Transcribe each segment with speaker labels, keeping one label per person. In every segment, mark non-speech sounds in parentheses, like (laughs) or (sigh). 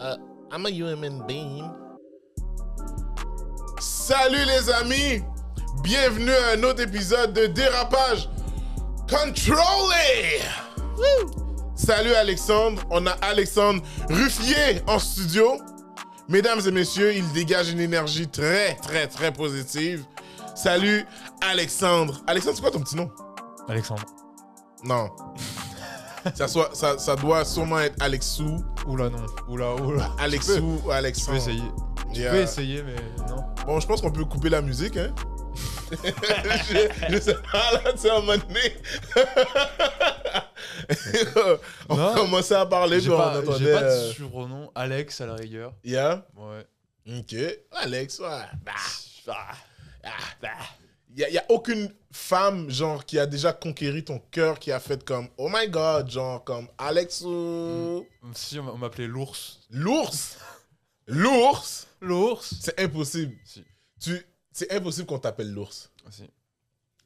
Speaker 1: Euh, I'm a human being.
Speaker 2: Salut les amis, bienvenue à un autre épisode de Dérapage Contrôlé. Salut Alexandre, on a Alexandre Ruffier en studio. Mesdames et messieurs, il dégage une énergie très très très positive. Salut Alexandre. Alexandre, c'est quoi ton petit nom
Speaker 3: Alexandre.
Speaker 2: Non. (laughs) ça, soit- ça- ça doit sûrement être Alexou,
Speaker 3: Oula non. Oula, oula. Tu
Speaker 2: Alexou ou
Speaker 3: peux, tu peux
Speaker 2: Alexandre.
Speaker 3: essayer. Tu
Speaker 2: Yeah.
Speaker 3: peux essayer, mais non.
Speaker 2: Bon, je pense qu'on peut couper la musique, hein. (laughs) je, je sais pas, là, tu sais, à un moment donné. (laughs) on
Speaker 3: Non.
Speaker 2: commençait à parler,
Speaker 3: J'ai
Speaker 2: puis on
Speaker 3: pas, j'ai
Speaker 2: entendait.
Speaker 3: pas de
Speaker 2: euh,
Speaker 3: surnom. Alex, à la rigueur.
Speaker 2: yeah.
Speaker 3: Ouais.
Speaker 2: Ok. Alex, ouais. Bah, bah, ah, bah. Y a, y a aucune femme, genre, qui a déjà conquéri ton cœur, qui a fait comme, oh my god, genre, comme Alex
Speaker 3: Mm.
Speaker 2: ou.
Speaker 3: Si, on m'a- on m'appelait l'ours.
Speaker 2: L'ours L'ours
Speaker 3: L'ours
Speaker 2: C'est impossible.
Speaker 3: Si.
Speaker 2: Tu... C'est impossible qu'on t'appelle l'ours.
Speaker 3: Ah, si.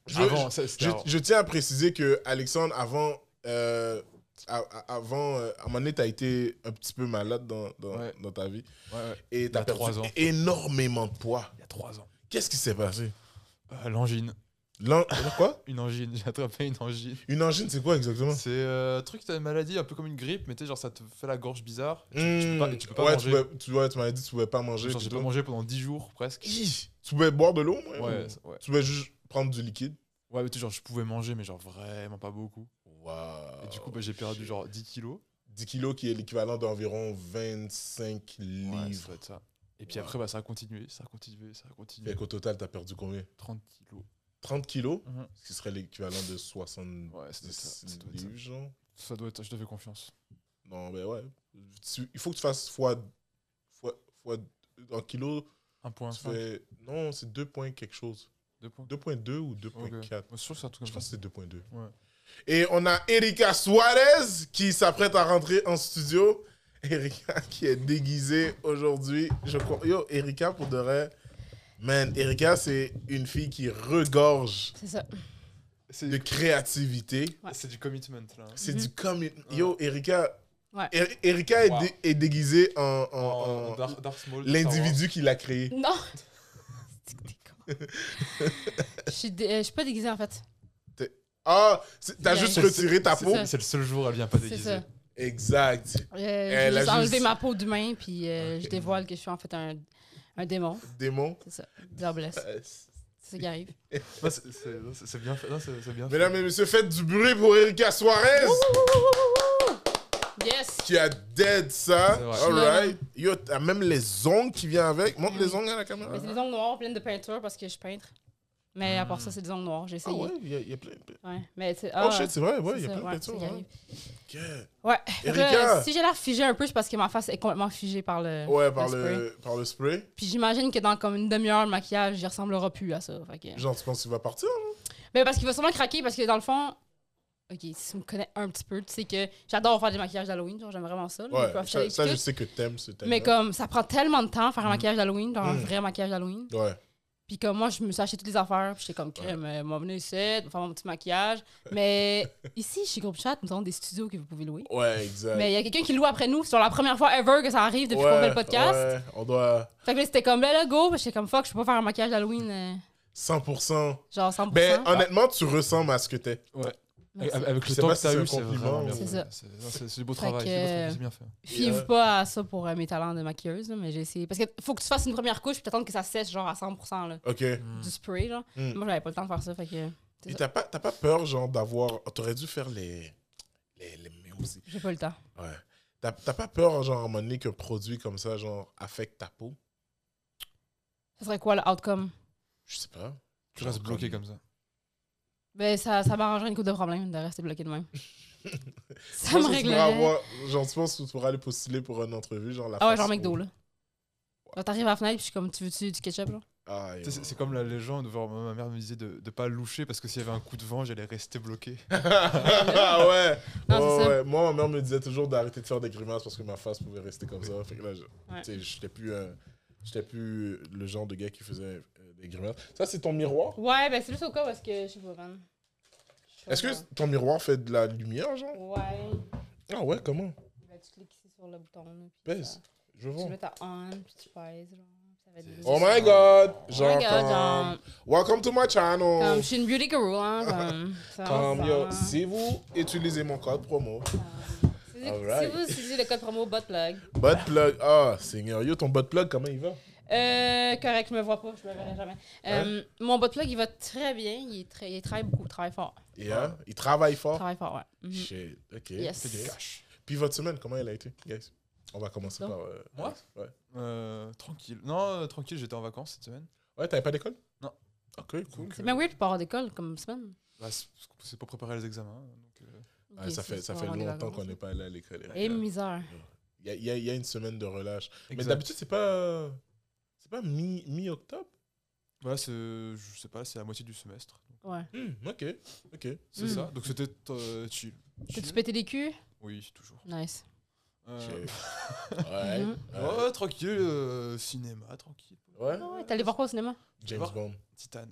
Speaker 2: Je-
Speaker 3: Avant, ça, c'était
Speaker 2: Je,
Speaker 3: avant.
Speaker 2: je tiens à préciser que Alexandre, avant, euh, a- a- avant, euh, à un moment donné, t'as été un petit peu malade dans, dans,
Speaker 3: Ouais.
Speaker 2: dans ta vie
Speaker 3: Ouais, ouais.
Speaker 2: et t'as
Speaker 3: a
Speaker 2: perdu
Speaker 3: trois ans.
Speaker 2: énormément de poids.
Speaker 3: Il y a trois ans.
Speaker 2: Qu'est-ce qui s'est passé
Speaker 3: Euh, L'angine.
Speaker 2: L'an- Quoi
Speaker 3: Une angine. (laughs) J'ai attrapé une angine.
Speaker 2: Une angine, c'est quoi exactement
Speaker 3: C'est euh, un truc, t'as une maladie un peu comme une grippe, mais tu sais, genre ça te fait la gorge bizarre.
Speaker 2: Mmh.
Speaker 3: pas- Hmm. tu peux pas
Speaker 2: ouais,
Speaker 3: manger.
Speaker 2: Tu, pouvais- tu, ouais, tu m'avais dit que tu pouvais pas manger.
Speaker 3: Genre, j'ai
Speaker 2: plutôt.
Speaker 3: pas mangé pendant 10 jours presque.
Speaker 2: Hi Tu pouvais boire de l'eau, au moins,
Speaker 3: Ouais,
Speaker 2: ou-
Speaker 3: ça- ouais.
Speaker 2: Tu pouvais juste prendre du liquide.
Speaker 3: Ouais, mais tu sais, genre, je pouvais manger, mais genre vraiment pas beaucoup.
Speaker 2: Waouh.
Speaker 3: Et du coup, bah, j'ai perdu genre 10 kilos.
Speaker 2: 10 kilos qui est l'équivalent d'environ 25
Speaker 3: Ouais, ça
Speaker 2: livres.
Speaker 3: doit être ça. Et puis
Speaker 2: Ouais.
Speaker 3: après, bah, ça a continué, ça a continué, ça a continué.
Speaker 2: Fait qu'au total, t'as perdu combien
Speaker 3: 30 kilos.
Speaker 2: 30 kilos
Speaker 3: Mhm.
Speaker 2: Ce qui serait l'équivalent de 70
Speaker 3: Ouais, ça doit être ça, ça doit être ça.
Speaker 2: livres, genre.
Speaker 3: Ça doit être, je te fais confiance.
Speaker 2: Non, mais ouais. Tu- il faut que tu fasses fois. fois, fois en kilos, tu
Speaker 3: 1.5,
Speaker 2: fais. Non, c'est 2 points quelque chose.
Speaker 3: 2 points.
Speaker 2: 2.2 ou
Speaker 3: Ok.
Speaker 2: 2.4
Speaker 3: Moi, c'est sûr que c'est un truc
Speaker 2: Je
Speaker 3: comme
Speaker 2: pense que
Speaker 3: ça.
Speaker 2: c'est 2.2.
Speaker 3: Ouais.
Speaker 2: Et on a Erika Suarez qui s'apprête à rentrer en studio. Erika qui est déguisée aujourd'hui. Je crois. Yo, Erika, pour de vrai. Man, Erika, c'est une fille qui regorge
Speaker 4: C'est ça.
Speaker 3: C'est
Speaker 2: de
Speaker 3: du,
Speaker 2: créativité.
Speaker 4: Ouais.
Speaker 3: c'est du commitment là. hein.
Speaker 2: C'est
Speaker 4: Mhm.
Speaker 2: du commit.
Speaker 3: Ouais.
Speaker 2: Yo, Erika.
Speaker 4: Ouais.
Speaker 2: Er- Erika est,
Speaker 3: Wow. Oh,
Speaker 2: dé- est déguisée en, en-
Speaker 3: En- en
Speaker 2: en
Speaker 3: Dark, Dark Maul, Star
Speaker 2: l'individu qui l'a créée.
Speaker 4: Non. (laughs) C'est que t'es con.
Speaker 2: (laughs)
Speaker 4: Je suis dé- euh, je suis pas déguisée en fait.
Speaker 2: Ah, c'est- t'as
Speaker 4: Yeah.
Speaker 2: juste
Speaker 3: Wars.
Speaker 2: retiré ta
Speaker 3: C'est-
Speaker 2: peau.
Speaker 3: c'est- C'est le seul jour où elle vient pas
Speaker 4: C'est
Speaker 3: déguisée.
Speaker 4: ça.
Speaker 2: Exact.
Speaker 4: Euh,
Speaker 2: Elle
Speaker 4: j'ai
Speaker 2: a
Speaker 4: juste enlevé
Speaker 2: juste-
Speaker 4: ma peau d'humain puis euh,
Speaker 2: Ok.
Speaker 4: je dévoile que je suis en fait un, un démon.
Speaker 3: (laughs)
Speaker 2: Démon.
Speaker 4: C'est ça. God bless. C'est ce qui arrive.
Speaker 3: Non, c'est- C'est Euh, non, c'est- c'est bien fait. non, c'est- c'est bien fait.
Speaker 2: Mesdames et messieurs, faites du bruit pour Erika Suarez
Speaker 4: Yes.
Speaker 2: qui a dead ça.
Speaker 3: C'est vrai.
Speaker 4: Bah,
Speaker 2: Alright. Yo, t'as même les ongles qui viennent avec. Montre les ongles à la caméra.
Speaker 4: Mhm.
Speaker 2: Ah
Speaker 4: Mais c'est des ongles noirs pleines de peinture parce que je suis peintre. Mais à part ça, c'est des ongles noirs. J'ai
Speaker 2: Ah
Speaker 4: essayé.
Speaker 2: ouais, il y, a- il y a plein de.
Speaker 4: Ouais. Mais c'est.
Speaker 2: Oh
Speaker 4: ah,
Speaker 2: shit, c'est vrai, ouais, il y
Speaker 4: c'est
Speaker 2: a
Speaker 4: ça,
Speaker 2: plein de
Speaker 4: ouais,
Speaker 2: peintures,
Speaker 4: c'est ce qui
Speaker 2: ouais.
Speaker 4: arrive.
Speaker 2: Ok.
Speaker 4: Ouais. (laughs)
Speaker 2: Erika!
Speaker 4: Euh, si j'ai l'air figée un peu, c'est parce que ma face est complètement figée par le.
Speaker 2: Ouais, par
Speaker 4: le spray.
Speaker 2: le, par le spray.
Speaker 4: Puis j'imagine que dans comme une demi-heure, le maquillage, j'y ressemblera plus à ça. Fait que...
Speaker 2: Genre, tu penses qu'il va partir
Speaker 4: Mais Ben, parce qu'il va sûrement craquer, parce que dans le fond. Ok, si tu me connais un petit peu, tu sais que j'adore faire des maquillages d'Halloween, genre j'aime vraiment ça. là, les
Speaker 2: Ouais,
Speaker 4: craft
Speaker 2: ça,
Speaker 4: shades,
Speaker 2: ça,
Speaker 4: tout.
Speaker 2: je sais que t'aimes ce thème.
Speaker 4: mais comme ça prend tellement de temps faire un
Speaker 3: Mm.
Speaker 4: maquillage d'Halloween, genre un
Speaker 2: Mm.
Speaker 4: vrai maquillage d'Halloween.
Speaker 2: Ouais.
Speaker 4: Puis comme moi, je me suis acheté toutes les affaires, puis j'étais comme crème, euh, moi venu ici, faire mon petit maquillage.
Speaker 2: (laughs)
Speaker 4: Mais ici, chez Groupe Chat, nous avons des studios que vous pouvez louer.
Speaker 2: Ouais, exact.
Speaker 4: Mais il y a quelqu'un qui loue après nous, c'est genre la première fois ever que ça arrive depuis qu'on fait le podcast.
Speaker 2: ouais, on doit
Speaker 4: Fait que là, c'était comme ben, là, là, go, Puis j'étais comme fuck, je peux pas faire un maquillage d'Halloween, euh,
Speaker 2: 100%.
Speaker 4: genre 100%.
Speaker 2: Ben, honnêtement, tu ressembles à ce que t'es.
Speaker 3: Avec
Speaker 4: Merci.
Speaker 3: avec
Speaker 2: Je
Speaker 3: le
Speaker 2: sais
Speaker 3: temps
Speaker 2: pas
Speaker 3: que
Speaker 2: si
Speaker 3: t'as
Speaker 2: c'est un
Speaker 3: eu, c'est
Speaker 2: compliment
Speaker 3: vraiment bien
Speaker 2: ou-
Speaker 3: fait.
Speaker 4: C'est ça.
Speaker 3: C'est- non, C'est c'est du beau
Speaker 4: Fait
Speaker 3: travail. C'est
Speaker 4: que-
Speaker 3: du beau travail, c'est bien fait.
Speaker 4: Fiez-vous
Speaker 2: Yeah.
Speaker 4: pas à ça pour euh, mes talents de maquilleuse, là, mais j'ai essayé. Parce que faut que tu fasses une première couche, puis t'attends que ça sèche, genre à 100%, là,
Speaker 2: Ok.
Speaker 3: Mm.
Speaker 4: du spray, là.
Speaker 2: Mm.
Speaker 4: Moi, j'avais pas le temps de faire ça, fait que C'est
Speaker 2: Et
Speaker 4: ça.
Speaker 2: t'as pas, t'as pas peur, genre, d'avoir. T'aurais dû faire les. Les, les mains aussi.
Speaker 4: j'ai pas le temps.
Speaker 2: Ouais. T'as, t'as pas peur, genre, à un moment donné, qu'un produit comme ça, genre, affecte ta peau
Speaker 4: Ça serait quoi le outcome?
Speaker 2: Je sais pas.
Speaker 3: Tu restes bloqué comme ça.
Speaker 4: Ben, ça, ça m'arrangerait une coupe de problème de rester
Speaker 2: (laughs)
Speaker 4: bloqué de même.
Speaker 2: Tu penses
Speaker 4: ça me
Speaker 2: que tu
Speaker 4: réglerait.
Speaker 2: pourras avoir- Genre, tu penses que tu pourras aller postuler pour une entrevue, genre, la
Speaker 4: Ah ouais,
Speaker 2: face
Speaker 4: genre McDo,
Speaker 2: haute.
Speaker 4: là. Genre, t'arrives à la fenêtre, puis je suis comme, tu veux-tu du ketchup, là?
Speaker 2: Ah,
Speaker 3: Tu
Speaker 2: yo.
Speaker 3: sais, C'est c'est comme la légende, genre, ma mère me disait de ne pas loucher parce que s'il y avait un coup de vent, j'allais rester bloqué.
Speaker 2: ah ouais.
Speaker 4: Non,
Speaker 2: Ouais,
Speaker 4: c'est ça.
Speaker 2: ouais. Moi, ma mère me disait toujours d'arrêter de faire des grimaces parce que ma face pouvait rester comme ça. Fait que là, je-
Speaker 4: Ouais.
Speaker 2: tu sais, j'étais plus, euh, j'étais plus euh, le genre de gars qui faisait euh, des grimaces. Ça, c'est ton miroir.
Speaker 4: Ouais, ben, c'est juste au cas parce que je sais pas, man. Je sais
Speaker 2: Est-ce
Speaker 4: pas.
Speaker 2: que ton miroir fait de la lumière, genre
Speaker 4: Ouais.
Speaker 2: Ah ouais, comment
Speaker 4: Ben, tu cliques ici sur le bouton, là. puis
Speaker 2: Baisse.
Speaker 4: ça-
Speaker 2: Je
Speaker 4: Tu
Speaker 2: vois.
Speaker 4: mets ta on, puis tu pèses, genre. Ça va être
Speaker 3: C'est-
Speaker 4: beau.
Speaker 2: Oh my god!
Speaker 4: Oh
Speaker 2: Genre,
Speaker 4: my God,
Speaker 2: comme,
Speaker 4: genre,
Speaker 2: Welcome to my channel!
Speaker 4: comme, je hein. suis une beauty guru, hein, comme,
Speaker 2: (laughs)
Speaker 4: ça,
Speaker 2: Comme,
Speaker 4: ça.
Speaker 2: yo, si vous utilisez mon code promo,
Speaker 4: Si- Si,
Speaker 2: Alright.
Speaker 4: vous utilisez le code promo botplug,
Speaker 2: bot plug, ah, Seigneur, yo, ton bot plug, comment il va?
Speaker 4: euh, correct, je me vois pas, je me verrai jamais.
Speaker 2: Hein?
Speaker 4: Euh, Mon botplug, il va très bien, il, est très- il travaille beaucoup, travaille fort,
Speaker 2: Yeah, il travaille fort.
Speaker 4: travaille fort, ouais. Mhm.
Speaker 2: Ah. Shit, ok.
Speaker 4: Yes.
Speaker 2: ok. Puis votre semaine, comment elle a été, guys? On va commencer
Speaker 4: Non.
Speaker 2: par. euh,
Speaker 3: Moi
Speaker 2: Alex. Ouais.
Speaker 3: Euh, tranquille. Non, euh, tranquille, j'étais en vacances cette semaine.
Speaker 2: Ouais, t'avais pas d'école?
Speaker 3: Non.
Speaker 2: Ok, cool.
Speaker 3: Donc,
Speaker 4: C'est
Speaker 3: euh,
Speaker 4: bien weird de pas avoir d'école comme semaine.
Speaker 3: bah, c'est parce qu'on s'est pas préparé les examens. Donc, euh,
Speaker 2: Ah,
Speaker 4: Ok,
Speaker 2: ça fait,
Speaker 4: c'est
Speaker 2: ça fait
Speaker 4: vraiment des
Speaker 2: longtemps
Speaker 4: vacances.
Speaker 2: qu'on n'est pas allé à l'école. Eric.
Speaker 4: Et Eh, misère.
Speaker 2: Il y a, il y a- il y a une semaine de relâche. Mais
Speaker 3: exact.
Speaker 2: d'habitude, c'est pas. euh, C'est pas mi- mi-octobre?
Speaker 3: Voilà, c'est, je sais pas, c'est la moitié du semestre.
Speaker 4: Ouais.
Speaker 2: Hmm, ok, ok.
Speaker 3: C'est
Speaker 4: Mm.
Speaker 3: ça. Donc c'était euh, chill.
Speaker 4: T'as-tu pété les culs?
Speaker 3: Oui, toujours.
Speaker 4: Nice.
Speaker 3: Euh,
Speaker 2: Shit.
Speaker 3: (laughs)
Speaker 2: Ouais.
Speaker 4: Mhm.
Speaker 2: ouais.
Speaker 3: ouais, tranquille, euh, cinéma, tranquille.
Speaker 2: Ouais.
Speaker 4: Ah ouais, T'es allé voir quoi au cinéma?
Speaker 2: James
Speaker 3: Voir.
Speaker 2: Bond.
Speaker 3: Titan.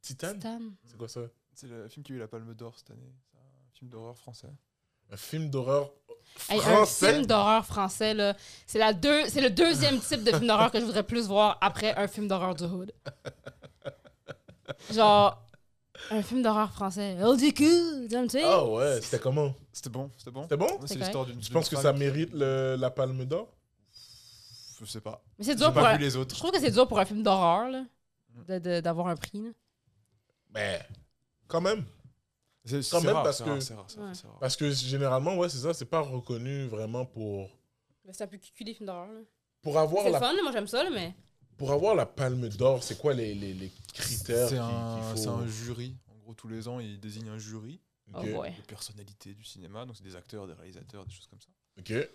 Speaker 2: Titan?
Speaker 4: Stan.
Speaker 2: C'est quoi ça?
Speaker 3: C'est le film qui a eu la Palme d'Or cette année. C'est un film d'horreur français.
Speaker 2: Un film d'horreur
Speaker 4: Hey, Un
Speaker 2: français?
Speaker 4: film d'horreur français, là. C'est, la deux, c'est le deuxième type de film d'horreur que je voudrais plus voir après un film d'horreur du Hood. Genre, un film d'horreur français. Oh, du coup, tu vois, tu sais?
Speaker 2: Ah ouais, c'était comment?
Speaker 3: C'était bon, c'était bon.
Speaker 2: C'était bon?
Speaker 3: C'est
Speaker 4: C'est
Speaker 3: l'histoire d'une.
Speaker 2: Je pense que ça mérite le- la palme d'or.
Speaker 3: Je sais pas.
Speaker 4: Mais c'est
Speaker 3: J'ai
Speaker 4: dur pour
Speaker 3: pas
Speaker 4: un...
Speaker 3: vu les
Speaker 4: Je
Speaker 3: autres.
Speaker 4: trouve que c'est dur pour un film d'horreur, là, de- de- d'avoir un prix, là.
Speaker 3: Ben.
Speaker 2: Mais quand même.
Speaker 3: C'est, c'est
Speaker 2: Quand même,
Speaker 3: rare,
Speaker 2: parce
Speaker 3: c'est
Speaker 2: que-
Speaker 3: rare, c'est rare, c'est rare,
Speaker 4: Ouais.
Speaker 3: c'est rare.
Speaker 2: Parce que généralement, ouais, c'est ça, c'est pas reconnu vraiment pour.
Speaker 4: Mais ça peut cucu les films d'horreur, là.
Speaker 2: Pour avoir,
Speaker 4: C'est
Speaker 2: la,
Speaker 4: fun, là, moi j'aime ça, là, mais...
Speaker 2: pour avoir la palme d'or, c'est quoi les, les, les critères
Speaker 3: C'est
Speaker 2: qui-
Speaker 3: un,
Speaker 2: qu'il
Speaker 3: c'est
Speaker 2: faut
Speaker 3: un jury. En gros, tous les ans, ils désignent un jury
Speaker 2: Ok,
Speaker 4: Oh, ouais.
Speaker 3: de personnalités du cinéma. Donc, c'est des acteurs, des réalisateurs, des choses comme ça.
Speaker 2: ok.
Speaker 3: Et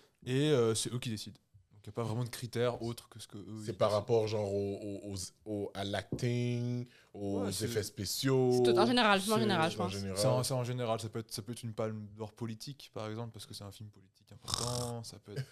Speaker 3: euh, c'est eux qui décident. Donc, il n'y a pas vraiment de critères autres que ce que eux.
Speaker 2: C'est
Speaker 3: ils
Speaker 2: par
Speaker 3: décident.
Speaker 2: rapport genre au, au- aux- au- à l'acting, aux
Speaker 3: Ouais, c'est-
Speaker 2: effets spéciaux.
Speaker 4: C'est tout en général, film en
Speaker 2: Oh, c'est-
Speaker 4: général, je
Speaker 2: en
Speaker 4: pense.
Speaker 2: général.
Speaker 3: C'est en, c'est en général, ça peut, être, ça peut être une palme d'or politique, par exemple, parce que c'est un film politique important, ça peut
Speaker 2: (laughs)
Speaker 3: être,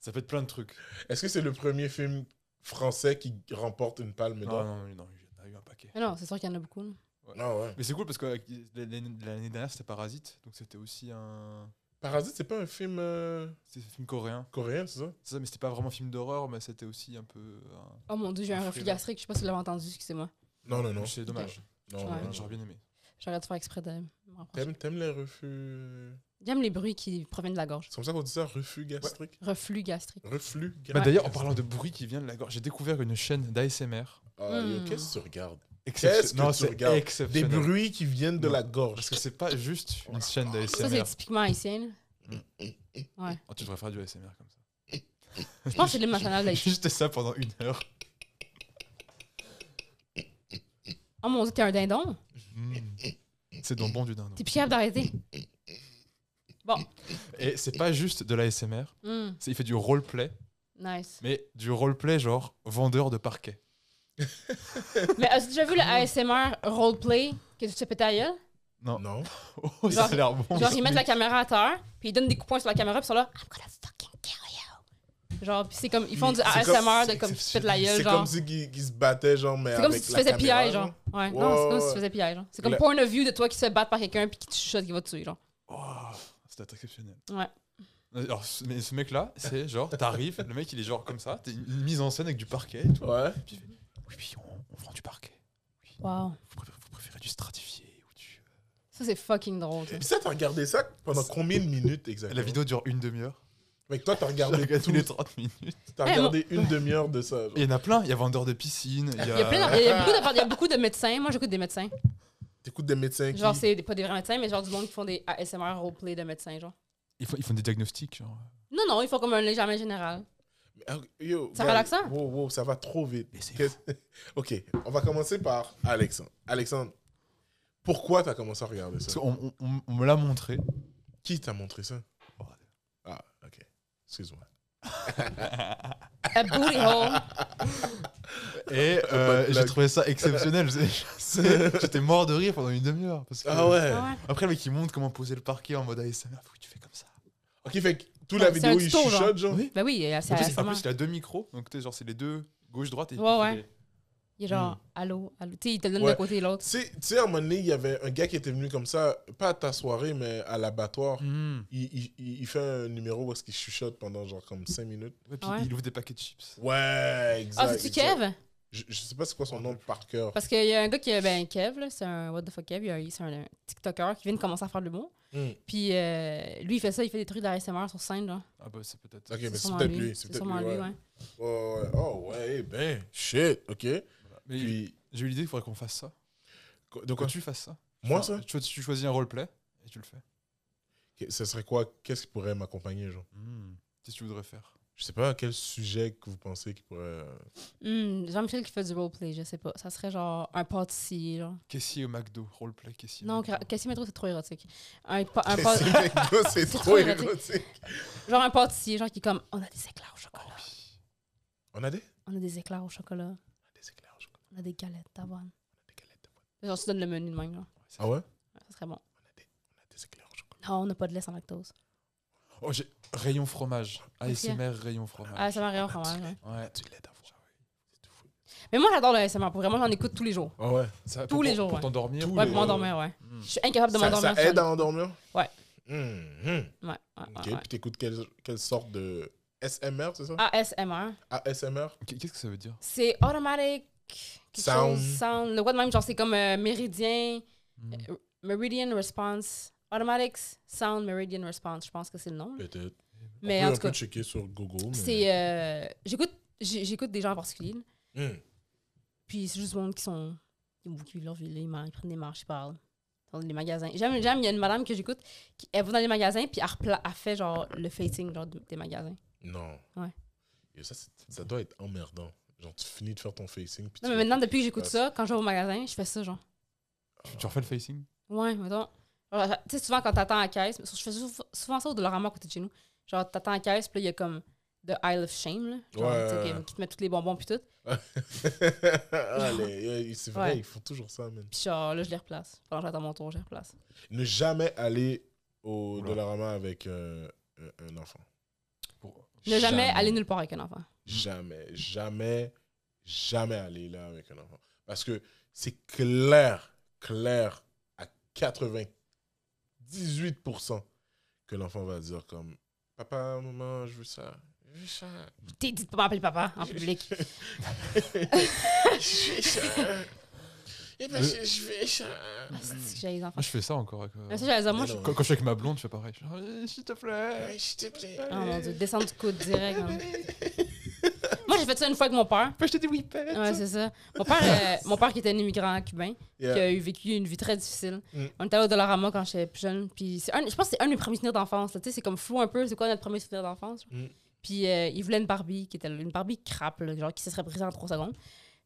Speaker 3: ça peut être plein de trucs.
Speaker 2: Est-ce que c'est le premier film français qui remporte une palme
Speaker 3: Non,
Speaker 2: d'or
Speaker 3: Ah non, non, non, il y en a eu un paquet.
Speaker 4: Mais non, c'est sûr qu'il y en a beaucoup, là.
Speaker 2: Non, ouais.
Speaker 3: Mais c'est cool parce que euh, l'année l'année dernière, c'était Parasite, donc c'était aussi un,
Speaker 2: Parasite, c'est pas un film euh,
Speaker 3: c'est un film coréen.
Speaker 2: coréen, c'est ça
Speaker 3: C'est ça, mais c'était pas vraiment un film d'horreur, mais c'était aussi un peu... un-
Speaker 4: Oh mon dieu, j'ai
Speaker 3: Ah,
Speaker 4: un reflux
Speaker 3: frérot.
Speaker 4: gastrique, je sais pas si vous l'avez entendu, excusez-moi.
Speaker 2: Non, non, non.
Speaker 3: C'est dommage,
Speaker 2: non,
Speaker 4: Ouais.
Speaker 2: non, non.
Speaker 3: j'aurais bien aimé.
Speaker 4: J'arrête de faire exprès de me rapprocher.
Speaker 2: T'aimes, t'aimes les refus euh,
Speaker 4: J'aime les bruits qui proviennent de la gorge.
Speaker 2: C'est comme ça qu'on dit ça, refus gastrique
Speaker 4: Reflux gastrique.
Speaker 2: Reflux
Speaker 3: Bah,
Speaker 2: gastrique.
Speaker 3: D'ailleurs, en parlant de bruit qui vient de la gorge, j'ai découvert une chaîne d'ASMR.
Speaker 2: Ah, yo,
Speaker 4: Hmm.
Speaker 2: Qu'est-ce que tu regardes Qu'est-ce que
Speaker 3: Non,
Speaker 2: tu
Speaker 3: c'est
Speaker 2: regardes Des
Speaker 3: exceptionnel.
Speaker 2: bruits qui viennent de
Speaker 3: Non.
Speaker 2: la gorge.
Speaker 3: Parce que c'est pas juste une chaîne
Speaker 4: Ça, c'est
Speaker 3: d'ASMR.
Speaker 4: typiquement haïtien. là.
Speaker 3: Oh, tu devrais faire du ASMR comme ça.
Speaker 4: Je pense que c'est
Speaker 3: (laughs)
Speaker 4: l'hymne national d'Haïti.
Speaker 3: Juste ça pendant une heure.
Speaker 4: Oh mon dieu, t'es un dindon. Hmm.
Speaker 3: C'est donc bon du dindon.
Speaker 4: T'es plus capable d'arrêter.
Speaker 3: Et c'est pas juste de l'ASMR,
Speaker 4: Hmm,
Speaker 3: c'est- il fait du roleplay,
Speaker 4: nice.
Speaker 3: mais du roleplay genre vendeur de parquet. (laughs)
Speaker 4: Mais as-tu déjà vu le ASMR roleplay que tu te fais péter à la gueule?
Speaker 3: Non.
Speaker 2: Non.
Speaker 3: Oh, ça
Speaker 4: Genre-
Speaker 3: a l'air bon.
Speaker 4: Genre, ils mettent la caméra à terre, puis ils donnent des coups de poing sur la caméra, puis ils sont là, I'm gonna fucking kill you. Genre, puis c'est comme, ils font du
Speaker 2: Mais c'est
Speaker 4: ASMR
Speaker 2: comme-
Speaker 4: de
Speaker 3: c'est
Speaker 4: comme tu te pètes la gueule,
Speaker 2: C'est
Speaker 4: genre.
Speaker 2: comme si qui, qui se battait, genre, mais
Speaker 4: C'est comme si
Speaker 2: avec
Speaker 4: tu te
Speaker 2: la
Speaker 4: faisais
Speaker 2: caméra,
Speaker 4: pied, genre. Ouais,
Speaker 2: Ouais,
Speaker 4: non, c'est
Speaker 2: ouais,
Speaker 4: comme si
Speaker 2: ouais.
Speaker 4: tu faisais pied, genre. C'est comme
Speaker 2: Le-
Speaker 4: point of view de toi qui se fait battre par quelqu'un, puis qui te chuchote, qui va te tuer, genre.
Speaker 3: Oh, C'était exceptionnel. Euh,
Speaker 4: Ouais.
Speaker 3: Alors, ce- mais ce mec-là, c'est genre, t'arrives, le mec il est genre comme ça, t'es une une mise en scène avec du parquet et tout.
Speaker 2: Ouais.
Speaker 3: Oui, oui, on, on vend du parquet.
Speaker 4: Wow.
Speaker 3: Vous préférez, vous préférez du stratifié ou du. euh,
Speaker 4: Ça, c'est fucking drôle. ça.
Speaker 2: Puis ça, t'as regardé ça pendant combien de minutes exactement
Speaker 3: La vidéo dure une demi-heure.
Speaker 2: Mec, toi, t'as
Speaker 3: Je (laughs) la
Speaker 2: regardé
Speaker 3: regarde tous
Speaker 2: tout.
Speaker 3: les 30 minutes.
Speaker 2: T'as
Speaker 4: Eh,
Speaker 2: regardé une demi-heure de ça. genre.
Speaker 3: Il y en a plein, il y a vendeur de piscine, il y a.
Speaker 4: Il y a, plein de- il y a beaucoup de, il y a beaucoup de médecins. Moi, j'écoute des médecins.
Speaker 2: T'écoutes des médecins qui.
Speaker 4: Genre, c'est des- pas des vrais médecins, mais genre du monde qui font des ASMR roleplay de médecins, genre.
Speaker 3: Ils font, ils font des diagnostics, genre.
Speaker 4: Non, non, ils font comme un légèrement général.
Speaker 2: (laughs) Ah, Yo,
Speaker 4: Ça hein?
Speaker 2: gars,
Speaker 4: relaxant?
Speaker 2: Wow, wow, ça va trop vite.
Speaker 3: Mais c'est
Speaker 2: Qu'est- (laughs) Ok, on va commencer par Alexandre. Alexandre, pourquoi t'as commencé à regarder
Speaker 3: Parce
Speaker 2: ça
Speaker 3: qu'on on- on- on me l'a montré.
Speaker 2: Qui t'a montré ça
Speaker 3: Oh.
Speaker 2: Ah, ok.
Speaker 3: (laughs)
Speaker 2: Excuse-moi.
Speaker 4: A booty hole.
Speaker 3: Et euh,
Speaker 2: (laughs) Bonne
Speaker 3: j'ai
Speaker 2: blague.
Speaker 3: trouvé ça exceptionnel. C'est-
Speaker 2: (laughs)
Speaker 3: c'est- J'étais mort de rire pendant une demi-heure. parce que-
Speaker 4: Ah ouais.
Speaker 3: Après, le mec, il montre comment poser le parquet en mode ASMR. Faut que tu fais comme ça.
Speaker 2: Ok, fait que toute la
Speaker 4: Ouais, c'est un
Speaker 2: vidéo, il
Speaker 4: tuto, genre.
Speaker 2: chuchote, genre.
Speaker 3: Oui.
Speaker 4: Ben oui, euh, c'est
Speaker 3: En plus, en
Speaker 4: ASMR.
Speaker 3: plus, il a deux micros. Donc, tu sais, genre, c'est les deux gauche-droite. et-
Speaker 4: Ouais, ouais. Il est genre, allô, allô. Tu sais, il te le donne
Speaker 2: Hmm. Ouais.
Speaker 4: d'un côté et de l'autre.
Speaker 2: Tu sais, tu sais, à un moment donné, il y avait un gars qui était venu comme ça, pas à ta soirée, mais à l'abattoir.
Speaker 3: Hmm.
Speaker 2: Il, il- il- il il fait un numéro où est-ce qu'il chuchote pendant genre comme 5 minutes.
Speaker 3: Ouais, puis
Speaker 4: Ouais.
Speaker 3: il ouvre des paquets de chips.
Speaker 2: Ouais,
Speaker 4: Ah,
Speaker 2: exact.
Speaker 4: c'est-tu
Speaker 2: exact.
Speaker 4: Kev?
Speaker 2: Je, je sais pas c'est quoi son nom par cœur.
Speaker 4: Parce qu'il y a un gars qui est. Ben, Kev, là, c'est un What the fuck Kev, il y a un- c'est un, un TikToker qui vient de commencer à faire de l'humour.
Speaker 2: Hmm.
Speaker 4: Puis euh, lui, il fait ça, il fait des trucs d'ASMR sur scène, là.
Speaker 3: Ah bah c'est peut-être.
Speaker 2: Ok,
Speaker 3: c'est
Speaker 2: mais
Speaker 4: C'est
Speaker 2: c'est
Speaker 4: sûrement
Speaker 2: peut-être lui. C'est
Speaker 4: C'est
Speaker 2: peut-être
Speaker 4: sûrement
Speaker 2: lui.
Speaker 4: lui,
Speaker 2: Ouais.
Speaker 4: ouais.
Speaker 2: Ouais, ouais. Oh, ouais, ben, shit, ok.
Speaker 3: ça. Mais
Speaker 2: bah, Puis,
Speaker 3: j'ai eu l'idée qu'il faudrait qu'on fasse ça.
Speaker 2: quoi- de
Speaker 3: Que
Speaker 2: quoi
Speaker 3: tu fasses ça.
Speaker 2: Moi,
Speaker 3: Genre,
Speaker 2: ça
Speaker 3: tu, tu choisis un roleplay et tu le fais.
Speaker 2: Ok, Ça serait quoi Qu'est-ce qui pourrait m'accompagner, genre
Speaker 3: Hmm. Qu'est-ce que tu voudrais faire
Speaker 2: Je sais pas quel sujet que vous pensez qui pourrait. euh,
Speaker 4: Hmm, Jean-Michel qui fait du roleplay, je sais pas. Ça serait genre un pâtissier, genre.
Speaker 3: Caissier au McDo, roleplay, caissier. au
Speaker 4: Non,
Speaker 3: McDo.
Speaker 4: gra- caissier métro, c'est trop érotique. Un, pa-
Speaker 2: (laughs)
Speaker 4: un pa-
Speaker 2: C'est
Speaker 4: (laughs)
Speaker 2: McDo, c'est
Speaker 4: C'est
Speaker 2: trop
Speaker 4: trop érotique.
Speaker 2: érotique.
Speaker 4: genre un pâtissier, genre qui est comme on a des éclairs
Speaker 2: Oh,
Speaker 4: au chocolat.
Speaker 2: On a des
Speaker 4: On a des éclairs au chocolat.
Speaker 2: Des éclairs, je crois.
Speaker 4: On a des galettes d'avoine.
Speaker 2: Des galettes de bois.
Speaker 4: Genre, tu donnes le menu de même, là.
Speaker 2: Ah ouais
Speaker 4: Ouais, Ça serait bon.
Speaker 2: On a des, on a des éclairs, je crois.
Speaker 4: Non, on n'a pas de lait sans lactose.
Speaker 3: Oh, j'ai rayon fromage. ASMR, rayon fromage.
Speaker 4: Ah, ça m'a rien
Speaker 2: on a
Speaker 4: fromage.
Speaker 2: du
Speaker 4: ouais.
Speaker 3: Ouais.
Speaker 2: Tu l'aides à voir. C'est tout fou.
Speaker 4: Mais moi, j'adore le ASMR. Pour vraiment, j'en écoute tous les jours.
Speaker 2: Ah ouais
Speaker 3: Ça-
Speaker 4: Tous
Speaker 3: pour-
Speaker 4: les
Speaker 3: pour-
Speaker 4: jours,
Speaker 3: Pour
Speaker 4: ouais.
Speaker 3: t'endormir.
Speaker 2: Tous
Speaker 3: ou-
Speaker 4: Ouais,
Speaker 2: les
Speaker 4: pour m'endormir, ouais.
Speaker 3: Hmm.
Speaker 4: Je suis incapable de
Speaker 2: Mm. ça,
Speaker 4: m'endormir.
Speaker 2: ça aide
Speaker 4: seule.
Speaker 2: à endormir
Speaker 4: Ouais.
Speaker 2: Hum, hum.
Speaker 4: Ouais, ouais, ouais,
Speaker 2: Ok,
Speaker 4: ouais.
Speaker 2: puis t'écoutes quelle, quelle sorte de. SMR, c'est ça
Speaker 4: ASMR,
Speaker 2: ASMR
Speaker 3: Qu- Qu'est-ce que ça veut dire
Speaker 4: c'est automatic. quelque
Speaker 2: Sound.
Speaker 4: chose, sound. Le quoi de même, genre, c'est comme euh, méridien.
Speaker 3: Hmm.
Speaker 4: Euh, Meridian Response. Automatics Sound Meridian Response, je pense que c'est le nom. là.
Speaker 2: Peut-être.
Speaker 4: Mm. Mais
Speaker 2: On peut
Speaker 4: en
Speaker 2: un
Speaker 4: tout cas,
Speaker 2: peu checker sur Google. mais-
Speaker 4: c'est. euh, j'écoute, j'ai- j'écoute des gens en particulier. là.
Speaker 2: Hum.
Speaker 4: Puis c'est juste du monde qui sont. Ils qui vivent leur vie, là, ils, marchent, ils prennent des marches, ils parlent. Dans les magasins. J'aime, j'aime, il y a une madame que j'écoute, qui, elle va dans les magasins, puis elle, repla- elle fait genre le facing genre, de- des magasins.
Speaker 2: Non.
Speaker 4: Ouais.
Speaker 2: Et ça, c'est- ça doit être emmerdant. Genre, tu finis de faire ton facing. Puis
Speaker 4: Non,
Speaker 2: tu-
Speaker 4: mais maintenant, depuis que j'écoute
Speaker 2: Ouais.
Speaker 4: ça, quand je vais au magasin, je fais ça, genre.
Speaker 3: Tu- Tu refais le facing
Speaker 4: Ouais, mettons. Genre, Tu sais, souvent quand t'attends à la caisse, je fais sou- souvent ça au Dollarama à côté de chez nous. Genre, t'attends à la caisse, puis là, il y a comme The Isle of Shame, là. Genre,
Speaker 2: Ouais,
Speaker 4: tu sais,
Speaker 2: ouais, ouais.
Speaker 4: qui- qui te met tous les bonbons, puis tout.
Speaker 2: (laughs) Allez,
Speaker 4: (laughs)
Speaker 2: euh, c'est vrai,
Speaker 4: Ouais.
Speaker 2: ils font toujours ça, man.
Speaker 4: Puis genre, là, je les replace. Pendant que j'attends mon tour, je les replace.
Speaker 2: Ne jamais aller au
Speaker 3: Oula.
Speaker 2: Dollarama avec euh, un- un enfant.
Speaker 3: Pour-
Speaker 4: Ne jamais aller nulle part avec un enfant.
Speaker 2: Jamais, jamais, jamais aller là avec un enfant. Parce que c'est clair, clair à 98% que l'enfant va dire comme Papa, maman, je veux ça. Je veux ça.
Speaker 4: T'es dit de pas m'appeler papa en public.
Speaker 2: Je veux ça. Et parce que je veux ça.
Speaker 4: Ah, c'est que j'ai les enfants.
Speaker 3: Moi, je fais ça encore. Avec, euh,
Speaker 4: Mais ça, j'allais dire, Ah, moi, je
Speaker 2: Mais non.
Speaker 4: suis.
Speaker 3: Quand, quand je suis avec ma blonde, je fais pareil. Je fais, Ah, S'il te plaît.
Speaker 2: S'il te plaît. Eh.
Speaker 4: Oh mon dieu, descendre du coude direct.
Speaker 2: (laughs)
Speaker 4: hein. Moi, j'ai fait ça une fois avec mon père.
Speaker 3: Peux acheter des whippets
Speaker 4: Ouais, c'est ça. Mon père,
Speaker 2: (laughs)
Speaker 4: euh, mon père qui était un immigrant cubain, qui
Speaker 2: Yeah.
Speaker 4: a eu vécu une vie très difficile.
Speaker 2: Mm.
Speaker 4: On était allé au Dollarama quand j'étais plus jeune. Puis c'est un, je pense que c'est un de mes premiers souvenirs d'enfance. là. Tu sais, c'est comme flou un peu. C'est quoi notre premier souvenir d'enfance?
Speaker 2: Mm.
Speaker 4: Puis euh, il voulait une Barbie qui était une Barbie crap, là, genre qui se serait brisée en trois secondes.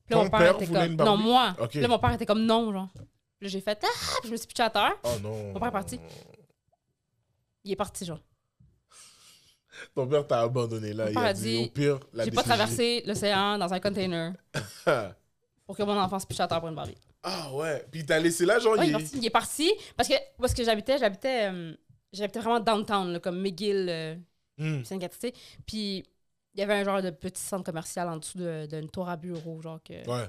Speaker 4: Puis
Speaker 2: Ton père
Speaker 4: était
Speaker 2: voulait
Speaker 4: comme.
Speaker 2: une
Speaker 4: non,
Speaker 2: Barbie?
Speaker 4: moi.
Speaker 2: Ok.
Speaker 4: Puis Là, mon père était comme non, genre. Puis Là, j'ai fait ah, Puis je me suis pitché à terre.
Speaker 2: Oh non.
Speaker 4: Mon père est parti. Il est parti, genre.
Speaker 2: Ton père t'a abandonné là.
Speaker 4: Mon
Speaker 2: Il
Speaker 4: père
Speaker 2: a
Speaker 4: a
Speaker 2: dit,
Speaker 4: dit,
Speaker 2: au pire, la
Speaker 4: J'ai pas
Speaker 2: DCJ.
Speaker 4: traversé l'océan dans un container pour que mon enfant se pitche à terre pour une Barbie.
Speaker 2: (laughs) Ah ouais. Puis il t'a laissé là, genre,
Speaker 4: Ouais, il,
Speaker 2: Oh, il
Speaker 4: est parti, il est parti parce que parce que j'habitais, j'habitais, euh, j'habitais vraiment downtown, là, comme McGill. euh,
Speaker 2: Hmm.
Speaker 4: Puis c'est une quantité. Puis il y avait un genre de petit centre commercial en dessous de- d'une tour à bureau, genre que.
Speaker 2: Hmm. Ouais.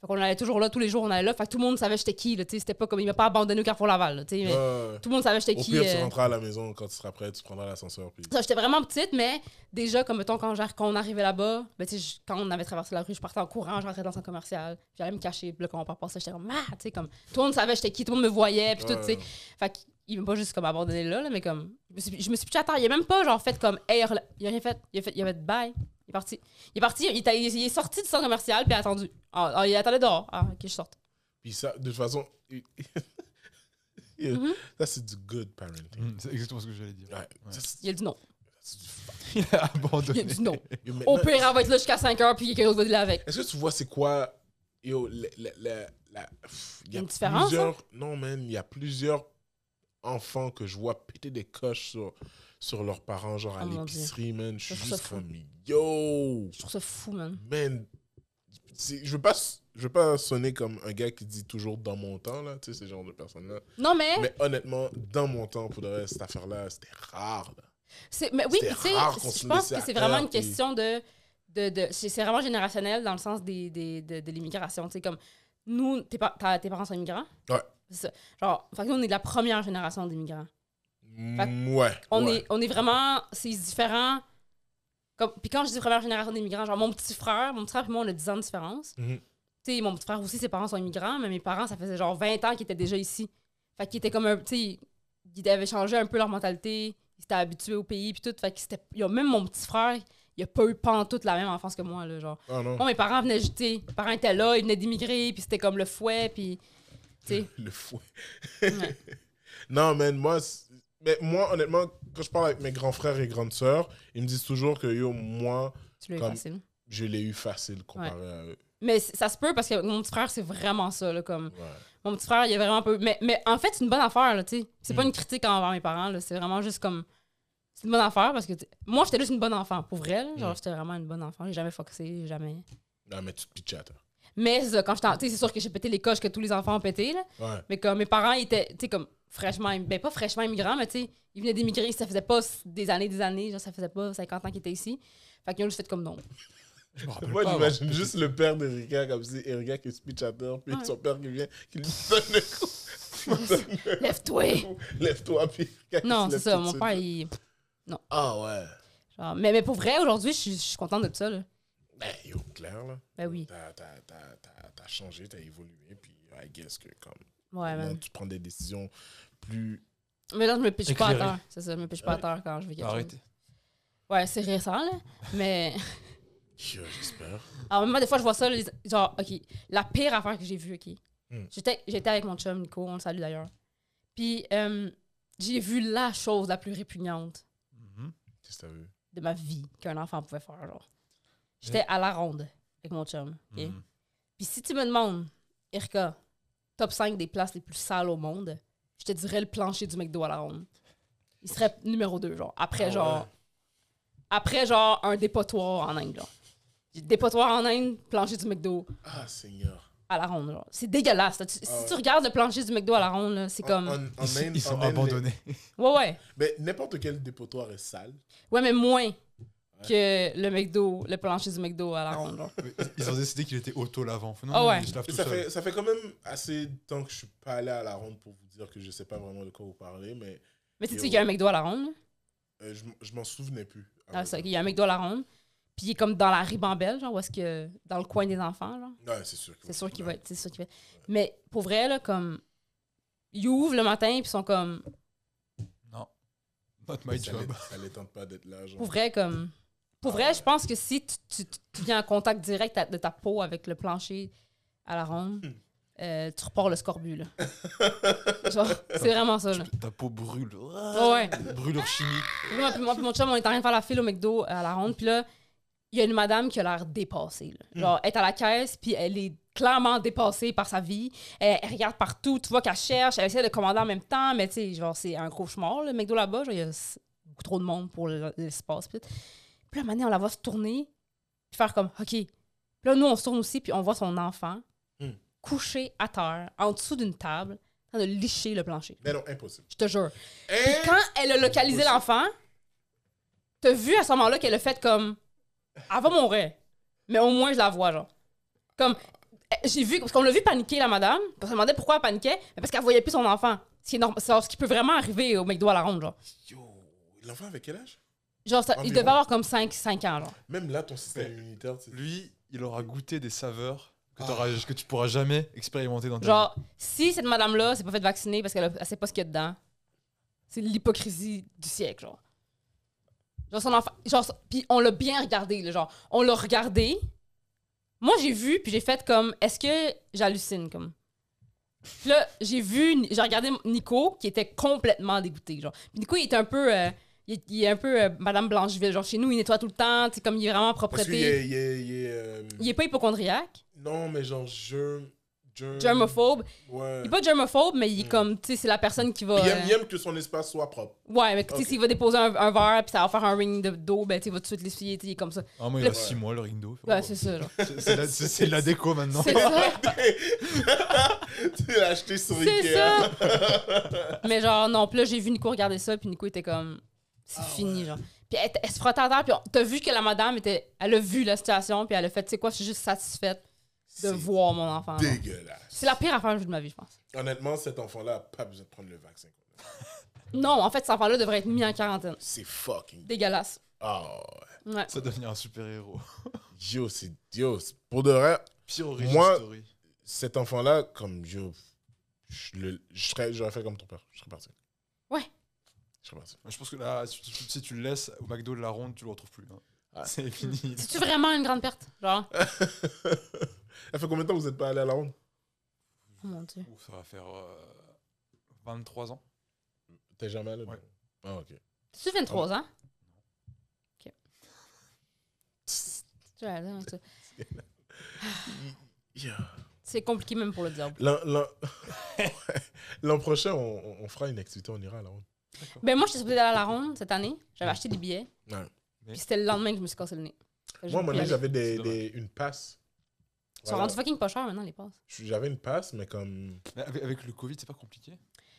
Speaker 4: Fait qu'on allait toujours là, tous les jours on allait là. Fait que tout le monde savait j'étais qui, là, tu sais. C'était pas comme il m'a pas abandonné au Carrefour Laval, là, tu sais. mais
Speaker 2: Ouais.
Speaker 4: Tout le monde savait j'étais
Speaker 2: Au
Speaker 4: qui.
Speaker 2: pire,
Speaker 4: euh.
Speaker 2: tu rentreras à la maison quand tu seras prêt, tu prendras l'ascenseur. Puis...
Speaker 4: Ça, j'étais vraiment petite, mais déjà, comme mettons, quand, genre, quand on arrivait là-bas, ben, tu sais, je- quand on avait traversé la rue, je partais en courant, je rentrais dans un commercial, puis j'allais me cacher, puis là, quand on passait, j'étais comme, ah, tu sais, comme, tout le monde savait j'étais qui, tout le monde me voyait, puis tout, tu sais. Fait qu'il m'a pas juste comme abandonné là, là, mais comme. Je me suis, je me suis pitchée à terre. Il a même pas genre fait comme. Hey, rela- il a rien fait. Il a fait. Il a fait bye. Il est parti. Il est parti. Il, est- il est sorti du centre commercial puis il a attendu. Ah, ah, il attendait dehors. Ah, ok, je sorte.
Speaker 2: Puis ça, de toute façon, Yeah,
Speaker 4: Mhm.
Speaker 2: ça c'est du good parenting.
Speaker 3: Hmm, C'est exactement ce que j'allais dire.
Speaker 2: Ouais, ça,
Speaker 4: Il a dit non.
Speaker 2: c'est du fuck.
Speaker 3: (laughs) Il a abandonné.
Speaker 4: Il a
Speaker 3: (laughs)
Speaker 4: dit (laughs) non.
Speaker 2: Yo,
Speaker 4: Au
Speaker 2: maintenant,
Speaker 4: pire, elle va être là jusqu'à 5 heures puis quelqu'un d'autre va dealer avec.
Speaker 2: Est-ce que tu vois c'est quoi yo, la, la, la, la- pff, y a
Speaker 4: Une différence, hein?
Speaker 2: plusieurs- Non, man, il y a plusieurs enfants que je vois péter des coches sur, sur leurs parents, genre à
Speaker 4: Oh mon Dieu.
Speaker 2: l'épicerie, man. Je suis
Speaker 4: Ça, je trouve
Speaker 2: juste
Speaker 4: ça fou.
Speaker 2: comme yo,
Speaker 4: Je trouve ça fou, man.
Speaker 2: man. c'est- Je veux pas, je veux pas sonner comme un gars qui dit toujours dans mon temps là, tu sais, ce genre de personne là.
Speaker 4: Non, mais.
Speaker 2: Mais honnêtement, dans mon temps, pour de vrai, cette affaire-là, c'était rare. là.
Speaker 4: c'est- mais oui,
Speaker 2: c'était
Speaker 4: tu sais,
Speaker 2: rare qu'on se
Speaker 4: je pense
Speaker 2: laissait
Speaker 4: que
Speaker 2: à
Speaker 4: c'est vraiment
Speaker 2: terre,
Speaker 4: une
Speaker 2: puis-
Speaker 4: question de. de, de c'est c'est vraiment générationnel dans le sens des, des, de, de l'immigration. Tu sais, comme nous, tes, pa- ta- tes parents sont immigrants.
Speaker 2: Ouais.
Speaker 4: C'est ça. Genre, fait que nous, on est de la première génération d'immigrants.
Speaker 2: Ouais.
Speaker 4: on,
Speaker 2: ouais.
Speaker 4: est, on est vraiment, c'est différent. Comme, puis quand je dis première génération d'immigrants, genre mon petit frère, mon petit frère et moi, on a 10 ans de différence.
Speaker 2: Mhm.
Speaker 4: Tu sais, mon petit frère aussi, ses parents sont immigrants, mais mes parents, ça faisait genre 20 ans qu'ils étaient déjà ici. Fait qu'ils étaient comme un, tu sais, ils avaient changé un peu leur mentalité, ils étaient habitués au pays, puis tout. Fait qu'ils étaient- ils ont- même mon petit frère, il a pas eu pantoute la même enfance que moi, là, genre.
Speaker 2: Oh non.
Speaker 4: Moi, mes parents venaient, tu sais, mes parents étaient là, ils venaient d'immigrer, puis c'était comme le fouet, puis, tu
Speaker 2: (laughs) Le fouet.
Speaker 4: sais. ouais.
Speaker 2: (laughs) Non, man, moi, c'est- mais moi, honnêtement, quand je parle avec mes grands frères et grandes sœurs, ils me disent toujours que yo, moi,
Speaker 4: Tu l'as eu
Speaker 2: Comme-
Speaker 4: facile.
Speaker 2: je l'ai eu facile comparé à eux.
Speaker 4: Mais c- ça se peut parce que mon petit frère, c'est vraiment ça, là, comme.
Speaker 2: Ouais.
Speaker 4: Mon petit frère, il est vraiment un peu. Mais, mais en fait, c'est une bonne affaire, là, tu sais. C'est pas
Speaker 2: Mm.
Speaker 4: une critique envers mes parents, là. C'est vraiment juste comme. C'est une bonne affaire parce que. tu- Moi, j'étais juste une bonne enfant, pour vrai, là. Genre,
Speaker 2: Mm.
Speaker 4: j'étais vraiment une bonne enfant. J'ai jamais foxé, j'ai jamais.
Speaker 2: Non, mais tu te pitches à terre.
Speaker 4: Mais c'est ça, quand j'étais. en- Tu sais, c'est sûr que j'ai pété les coches que tous les enfants ont pété, là.
Speaker 2: Ouais.
Speaker 4: Mais comme mes parents étaient, tu sais, comme fraîchement. im- Ben, pas fraîchement immigrants, mais tu sais, ils venaient d'immigrer. Ça faisait pas s- des années, des années. Genre, ça faisait pas 50 ans qu'ils étaient ici. Fait qu'ils ont juste
Speaker 2: (laughs)
Speaker 4: fait comme non.
Speaker 3: Je me rappelle
Speaker 2: Moi,
Speaker 3: pas hein. avoir
Speaker 2: j'imagine
Speaker 3: pété.
Speaker 2: juste le père d'Erika comme si Erika qui se pitch à terre, puis
Speaker 4: Ouais.
Speaker 2: son père qui vient, qui lui donne le
Speaker 4: (laughs)
Speaker 2: coup.
Speaker 4: Lève-toi!
Speaker 2: Lève-toi, puis Erika qui
Speaker 4: Non,
Speaker 2: se lève
Speaker 4: c'est ça.
Speaker 2: tout de
Speaker 4: Mon
Speaker 2: suite.
Speaker 4: père, il.
Speaker 2: Ah ouais.
Speaker 4: genre, mais, mais pour vrai, aujourd'hui, je suis- je suis contente de ça, là.
Speaker 2: Ben, yo, clair, là.
Speaker 4: Ben oui.
Speaker 2: T'as- T'as t'as- t'as- t'as changé, t'as évolué, puis I guess que comme
Speaker 4: Ouais,
Speaker 2: maintenant,
Speaker 4: man.
Speaker 2: tu prends des décisions plus.
Speaker 4: Mais là, je me pitche pas à
Speaker 3: Éclairé.
Speaker 4: terre. C'est ça, je me pitche pas à terre quand je vais quelque chose.
Speaker 3: Arrêtez.
Speaker 4: Ouais, c'est récent, là. Mais (laughs)
Speaker 2: Yo, J'espère.
Speaker 4: alors, même des fois, je vois ça, les- genre, OK, la pire affaire que j'ai vue, OK.
Speaker 2: Hmm.
Speaker 4: J'étais j'étais avec mon chum, Nico, on le salue d'ailleurs. Puis, euh, j'ai vu la chose la plus répugnante
Speaker 3: Mhm.
Speaker 2: Qu'est-ce que t'as vu?
Speaker 4: de ma vie qu'un enfant pouvait faire, genre. J'étais à la ronde avec mon chum, OK?
Speaker 3: Mhm.
Speaker 4: Puis si tu me demandes, Irka, top 5 des places les plus sales au monde, je te dirais le plancher du McDo à la ronde. Il serait numéro 2, genre. Après,
Speaker 2: Ah
Speaker 4: genre.
Speaker 2: ouais.
Speaker 4: Après, genre, un dépotoir en Inde, genre. Dépotoir en Inde, plancher du McDo
Speaker 2: Ah, Seigneur.
Speaker 4: à la ronde, genre. C'est dégueulasse. là. Tu- si
Speaker 2: Ah ouais.
Speaker 4: tu regardes le plancher du McDo à la ronde, là, c'est comme.
Speaker 2: En, en- en
Speaker 3: Ils, sont-
Speaker 2: Inde-
Speaker 3: ils sont
Speaker 2: en Inde,
Speaker 3: abandonnés. (laughs)
Speaker 4: Ouais, ouais.
Speaker 2: les- Mais Ben, n'importe quel dépotoir est sale.
Speaker 4: Ouais, mais moins que le McDo, le plancher du McDo à la ronde, genre.
Speaker 3: Ils ont décidé qu'il était auto-lavant. Faut- Non,
Speaker 4: Ah
Speaker 3: non,
Speaker 4: ouais.
Speaker 3: il se lave
Speaker 2: Et
Speaker 3: tout
Speaker 2: ça,
Speaker 3: seul.
Speaker 2: fait, ça fait quand même assez de temps que je suis pas allé à la ronde pour vous dire que je sais pas vraiment de quoi vous parlez, mais
Speaker 4: Mais tu sais
Speaker 2: Yo.
Speaker 4: qu'il y a un McDo à la ronde, là?
Speaker 2: euh, je, m- je m'en souvenais plus.
Speaker 4: Ah, ça, il y a un McDo à la ronde. Puis il est comme dans la ribambelle, genre, où est-ce que. Dans le coin des enfants, genre.
Speaker 2: euh, Ouais, c'est sûr.
Speaker 4: C'est sûr qu'il va être. C'est sûr qu'il va être- Mais pour vrai, là, comme. Ils ouvrent le matin, puis ils sont comme.
Speaker 3: Non. Not my
Speaker 2: Ça
Speaker 3: job.
Speaker 2: les- Ça les tente pas d'être là. genre.
Speaker 4: Pour vrai, comme. Pour vrai, je pense que si tu, tu- tu- tu viens en contact direct à- de ta peau avec le plancher à la ronde, euh, tu repars le scorbut, là. Genre, c'est vraiment ça, là.
Speaker 3: Ta peau brûle. Ah
Speaker 4: Ouais.
Speaker 3: Brûlure chimique.
Speaker 4: Puis Moi, puis moi, puis mon chum, on est en train de faire la file au McDo euh, à la ronde. Puis là, il y a une madame qui a l'air dépassée. là. Genre, elle est à la caisse, puis elle est clairement dépassée par sa vie. Elle, elle regarde partout, tu vois qu'elle cherche, elle essaie de commander en même temps, mais tu sais, genre, c'est un cauchemar, le McDo là-bas. Genre, il y a s- beaucoup trop de monde pour le- l'espace. Puis tout. Puis là, à un moment donné, on la voit se tourner, puis faire comme, OK. Puis là, nous, on se tourne aussi, puis on voit son enfant
Speaker 2: Mm.
Speaker 4: couché à terre, en dessous d'une table, en train de licher le plancher.
Speaker 2: Mais non, impossible.
Speaker 4: Je te jure. Puis
Speaker 2: Hein?
Speaker 4: quand elle a localisé l'enfant, t'as vu à ce moment-là qu'elle a fait comme. Elle va mourir. Mais au moins, je la vois, genre. Comme. eh, J'ai vu. Parce qu'on l'a vu paniquer, la madame. On se demandait pourquoi elle paniquait. Mais parce qu'elle voyait plus son enfant. Ce qui, est norm- c'est ce qui peut vraiment arriver au McDo à la ronde, genre.
Speaker 2: Yo, l'enfant avec quel âge
Speaker 4: Genre, ça- il
Speaker 2: Environ.
Speaker 4: devait avoir comme 5, 5 ans, genre.
Speaker 2: Même là, ton système immunitaire, c'est.
Speaker 3: Lui, il aura goûté des saveurs que, t'auras- que tu pourras jamais expérimenter dans ta vie.
Speaker 4: Genre, si cette madame-là s'est pas faite vacciner parce qu'elle a- elle sait pas ce qu'il y a dedans, c'est l'hypocrisie du siècle, genre. Genre, son enfant. Genre, son- puis on l'a bien regardé, là, genre. On l'a regardé. Moi, j'ai vu, puis j'ai fait comme, est-ce que j'hallucine, comme. Puis là, j'ai vu, j'ai regardé Nico, qui était complètement dégoûté, genre. Puis Nico, il était un peu. euh, il, est, il est un peu euh, Madame Blancheville, genre chez nous, il nettoie tout le temps, tu sais, comme il est vraiment
Speaker 2: Parce qu'il
Speaker 4: propreté.
Speaker 2: y est. il est- il est, euh,
Speaker 4: Il est pas hypochondriaque,
Speaker 2: Non, mais genre, germe. Germe.
Speaker 4: germophobe.
Speaker 2: Ouais.
Speaker 4: Il est pas germophobe, mais il est
Speaker 2: Mm.
Speaker 4: comme, tu sais, c'est la personne qui va.
Speaker 2: Il
Speaker 4: euh,
Speaker 2: aime, il aime que son espace soit propre. (laughs)
Speaker 4: Ouais, mais tu sais,
Speaker 2: Ok.
Speaker 4: s'il va déposer un, un verre, puis ça va faire un ring de d'eau, ben tu sais, il va tout de suite l'essuyer, tu sais, il est comme ça.
Speaker 3: Ah, moi, il a
Speaker 4: Le-
Speaker 3: 6 mois, le rideau.
Speaker 4: Ouais,
Speaker 2: Oh.
Speaker 4: c'est ça, genre.
Speaker 3: C'est- c'est la- c'est- c'est de la déco maintenant.
Speaker 4: C'est ça,
Speaker 2: tu l'as acheté (laughs) sur
Speaker 4: c'est
Speaker 2: Ikea.
Speaker 4: ça.
Speaker 2: (laughs)
Speaker 4: mais genre, non, puis là, j'ai vu Nico regarder ça, puis Nico était comme, c'est
Speaker 2: Ah
Speaker 4: fini, genre. Puis elle, elle se frottait à terre, puis on- t'as vu que la madame était, elle a vu la situation, puis elle a fait, tu sais quoi, je suis juste satisfaite de
Speaker 2: C'est
Speaker 4: voir mon enfant. genre.
Speaker 2: dégueulasse.
Speaker 4: C'est la pire affaire que j'ai vue de ma vie, je pense.
Speaker 2: Honnêtement, cet enfant-là n'a pas besoin de prendre le vaccin.
Speaker 4: Non, en fait, cet enfant-là devrait être mis en quarantaine.
Speaker 2: C'est fucking.
Speaker 4: Dégueulasse.
Speaker 2: Oh, (laughs)
Speaker 4: Ouais.
Speaker 3: Ça devient un super-héros.
Speaker 2: yo, c'est. Yo, c'est- pour de vrai,
Speaker 3: Pire origin
Speaker 2: Moi-
Speaker 3: story.
Speaker 2: cet enfant-là, comme yo, je le- je serais- j'aurais fait comme ton père. Je serais parti.
Speaker 4: Ouais.
Speaker 2: Je serais parti.
Speaker 3: Moi, Je pense que là, si tu, si tu le laisses au McDo de la ronde, tu le retrouves plus. hein.
Speaker 2: Ah. (laughs)
Speaker 3: C'est fini.
Speaker 4: C'est-tu vraiment une grande perte? Genre,
Speaker 2: Euh.
Speaker 4: oh
Speaker 2: Elle fait combien de temps que vous n'êtes pas allé à la ronde
Speaker 4: Oh mon dieu.
Speaker 3: Ouf, ça va faire euh, 23 ans.
Speaker 2: T'es jamais allé
Speaker 3: Ouais.
Speaker 2: Ah, ok.
Speaker 4: Tu
Speaker 2: Oh.
Speaker 4: 23 ans? Ok. Tu vas aller, hein, tu-
Speaker 2: Yo.
Speaker 4: C'est compliqué même pour le diable.
Speaker 2: L'an l'an- (laughs) l'an prochain, on, on- on fera une activité, on ira à la ronde.
Speaker 4: Ben moi, j'étais supposée aller à la ronde cette année. J'avais acheté des billets.
Speaker 2: Ouais.
Speaker 4: Puis c'était le lendemain que je me suis cassé le nez. Fait que
Speaker 2: Moi, à
Speaker 4: j'ai
Speaker 2: mon
Speaker 4: pu
Speaker 2: avis,
Speaker 4: y aller.
Speaker 2: j'avais des,
Speaker 3: C'est dommage.
Speaker 2: des- une passe.
Speaker 4: Ils sont
Speaker 2: Voilà.
Speaker 4: rendus fucking pas chers maintenant, les passes.
Speaker 2: Je- J'avais une passe, mais comme.
Speaker 3: Mais avec, avec le Covid, c'est pas compliqué.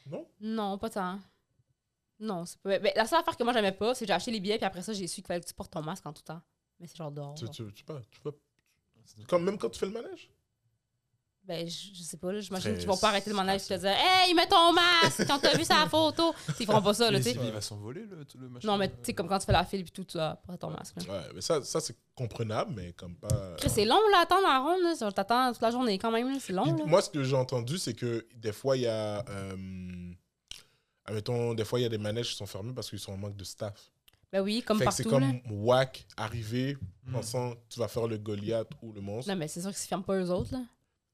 Speaker 2: Non
Speaker 4: Non, pas tant. Non, c'est pas. ben, la seule affaire que moi, j'aimais pas, c'est que j'ai acheté les billets, puis après ça, j'ai su qu'il fallait que tu portes ton masque en tout temps. Mais c'est genre dehors.
Speaker 2: tu,
Speaker 4: genre.
Speaker 2: tu, tu, pas- tu pas- Ah,
Speaker 3: C'est-
Speaker 2: comme, Même quand tu fais le manège
Speaker 4: Ben, je, je sais pas, là, j'imagine
Speaker 2: Très
Speaker 4: qu'ils vont pas arrêter le manège et te
Speaker 2: facile.
Speaker 4: dire Hey, mets ton masque quand t'as vu sa photo. Ils feront pas ça, là,
Speaker 3: Mais
Speaker 4: tu sais.
Speaker 3: il va s'envoler le, le machin. euh,
Speaker 4: Non, mais tu sais, comme quand tu fais la file, puis tout, tu vas porter ton masque. là.
Speaker 2: Ouais, mais ça, ça c'est comprenable, mais comme pas.
Speaker 4: Chris, c'est long, là, attendre la ronde. là. Ça, T'attends toute la journée quand même, là, c'est long.
Speaker 2: Puis
Speaker 4: là.
Speaker 2: Moi, ce que j'ai entendu, c'est que des fois, il y a. euh, admettons, des fois, il y a des manèges qui sont fermés parce qu'ils sont en manque de staff.
Speaker 4: Ben oui, comme
Speaker 2: fait que c'est
Speaker 4: partout. là.
Speaker 2: comme whack, arriver,
Speaker 3: Hmm.
Speaker 2: pensant que tu vas faire le Goliath ou le monstre.
Speaker 4: Non, mais c'est sûr qu'ils se ferment pas eux autres, là.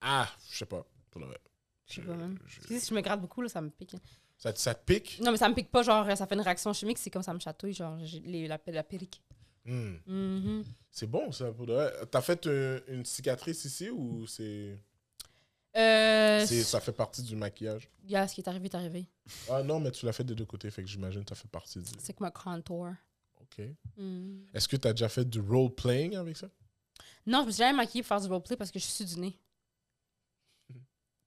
Speaker 2: Ah, je sais pas. Pour le vrai.
Speaker 4: Je sais pas, même.
Speaker 2: je-
Speaker 4: Si je me gratte beaucoup, là, ça me pique.
Speaker 2: Ça, te- ça te pique
Speaker 4: Non, mais ça me pique pas, genre, ça fait une réaction chimique, c'est comme ça me chatouille, genre, j'ai les- la, la périque.
Speaker 2: Hmm.
Speaker 4: Mhm.
Speaker 2: C'est bon, ça, pour de vrai. T'as fait euh, une cicatrice ici ou c'est.
Speaker 4: Euh.
Speaker 2: c'est- Ça fait partie du maquillage
Speaker 4: Gars, ce qui est arrivé est arrivé.
Speaker 2: Ah non, mais tu l'as fait des deux côtés, fait que j'imagine que ça fait partie du.
Speaker 4: C'est que ma contour.
Speaker 2: Ok.
Speaker 4: Mhm.
Speaker 2: Est-ce que t'as déjà fait du role-playing avec ça (laughs)
Speaker 4: Non, je me suis jamais maquillée pour faire du roleplay parce que je suis du nez.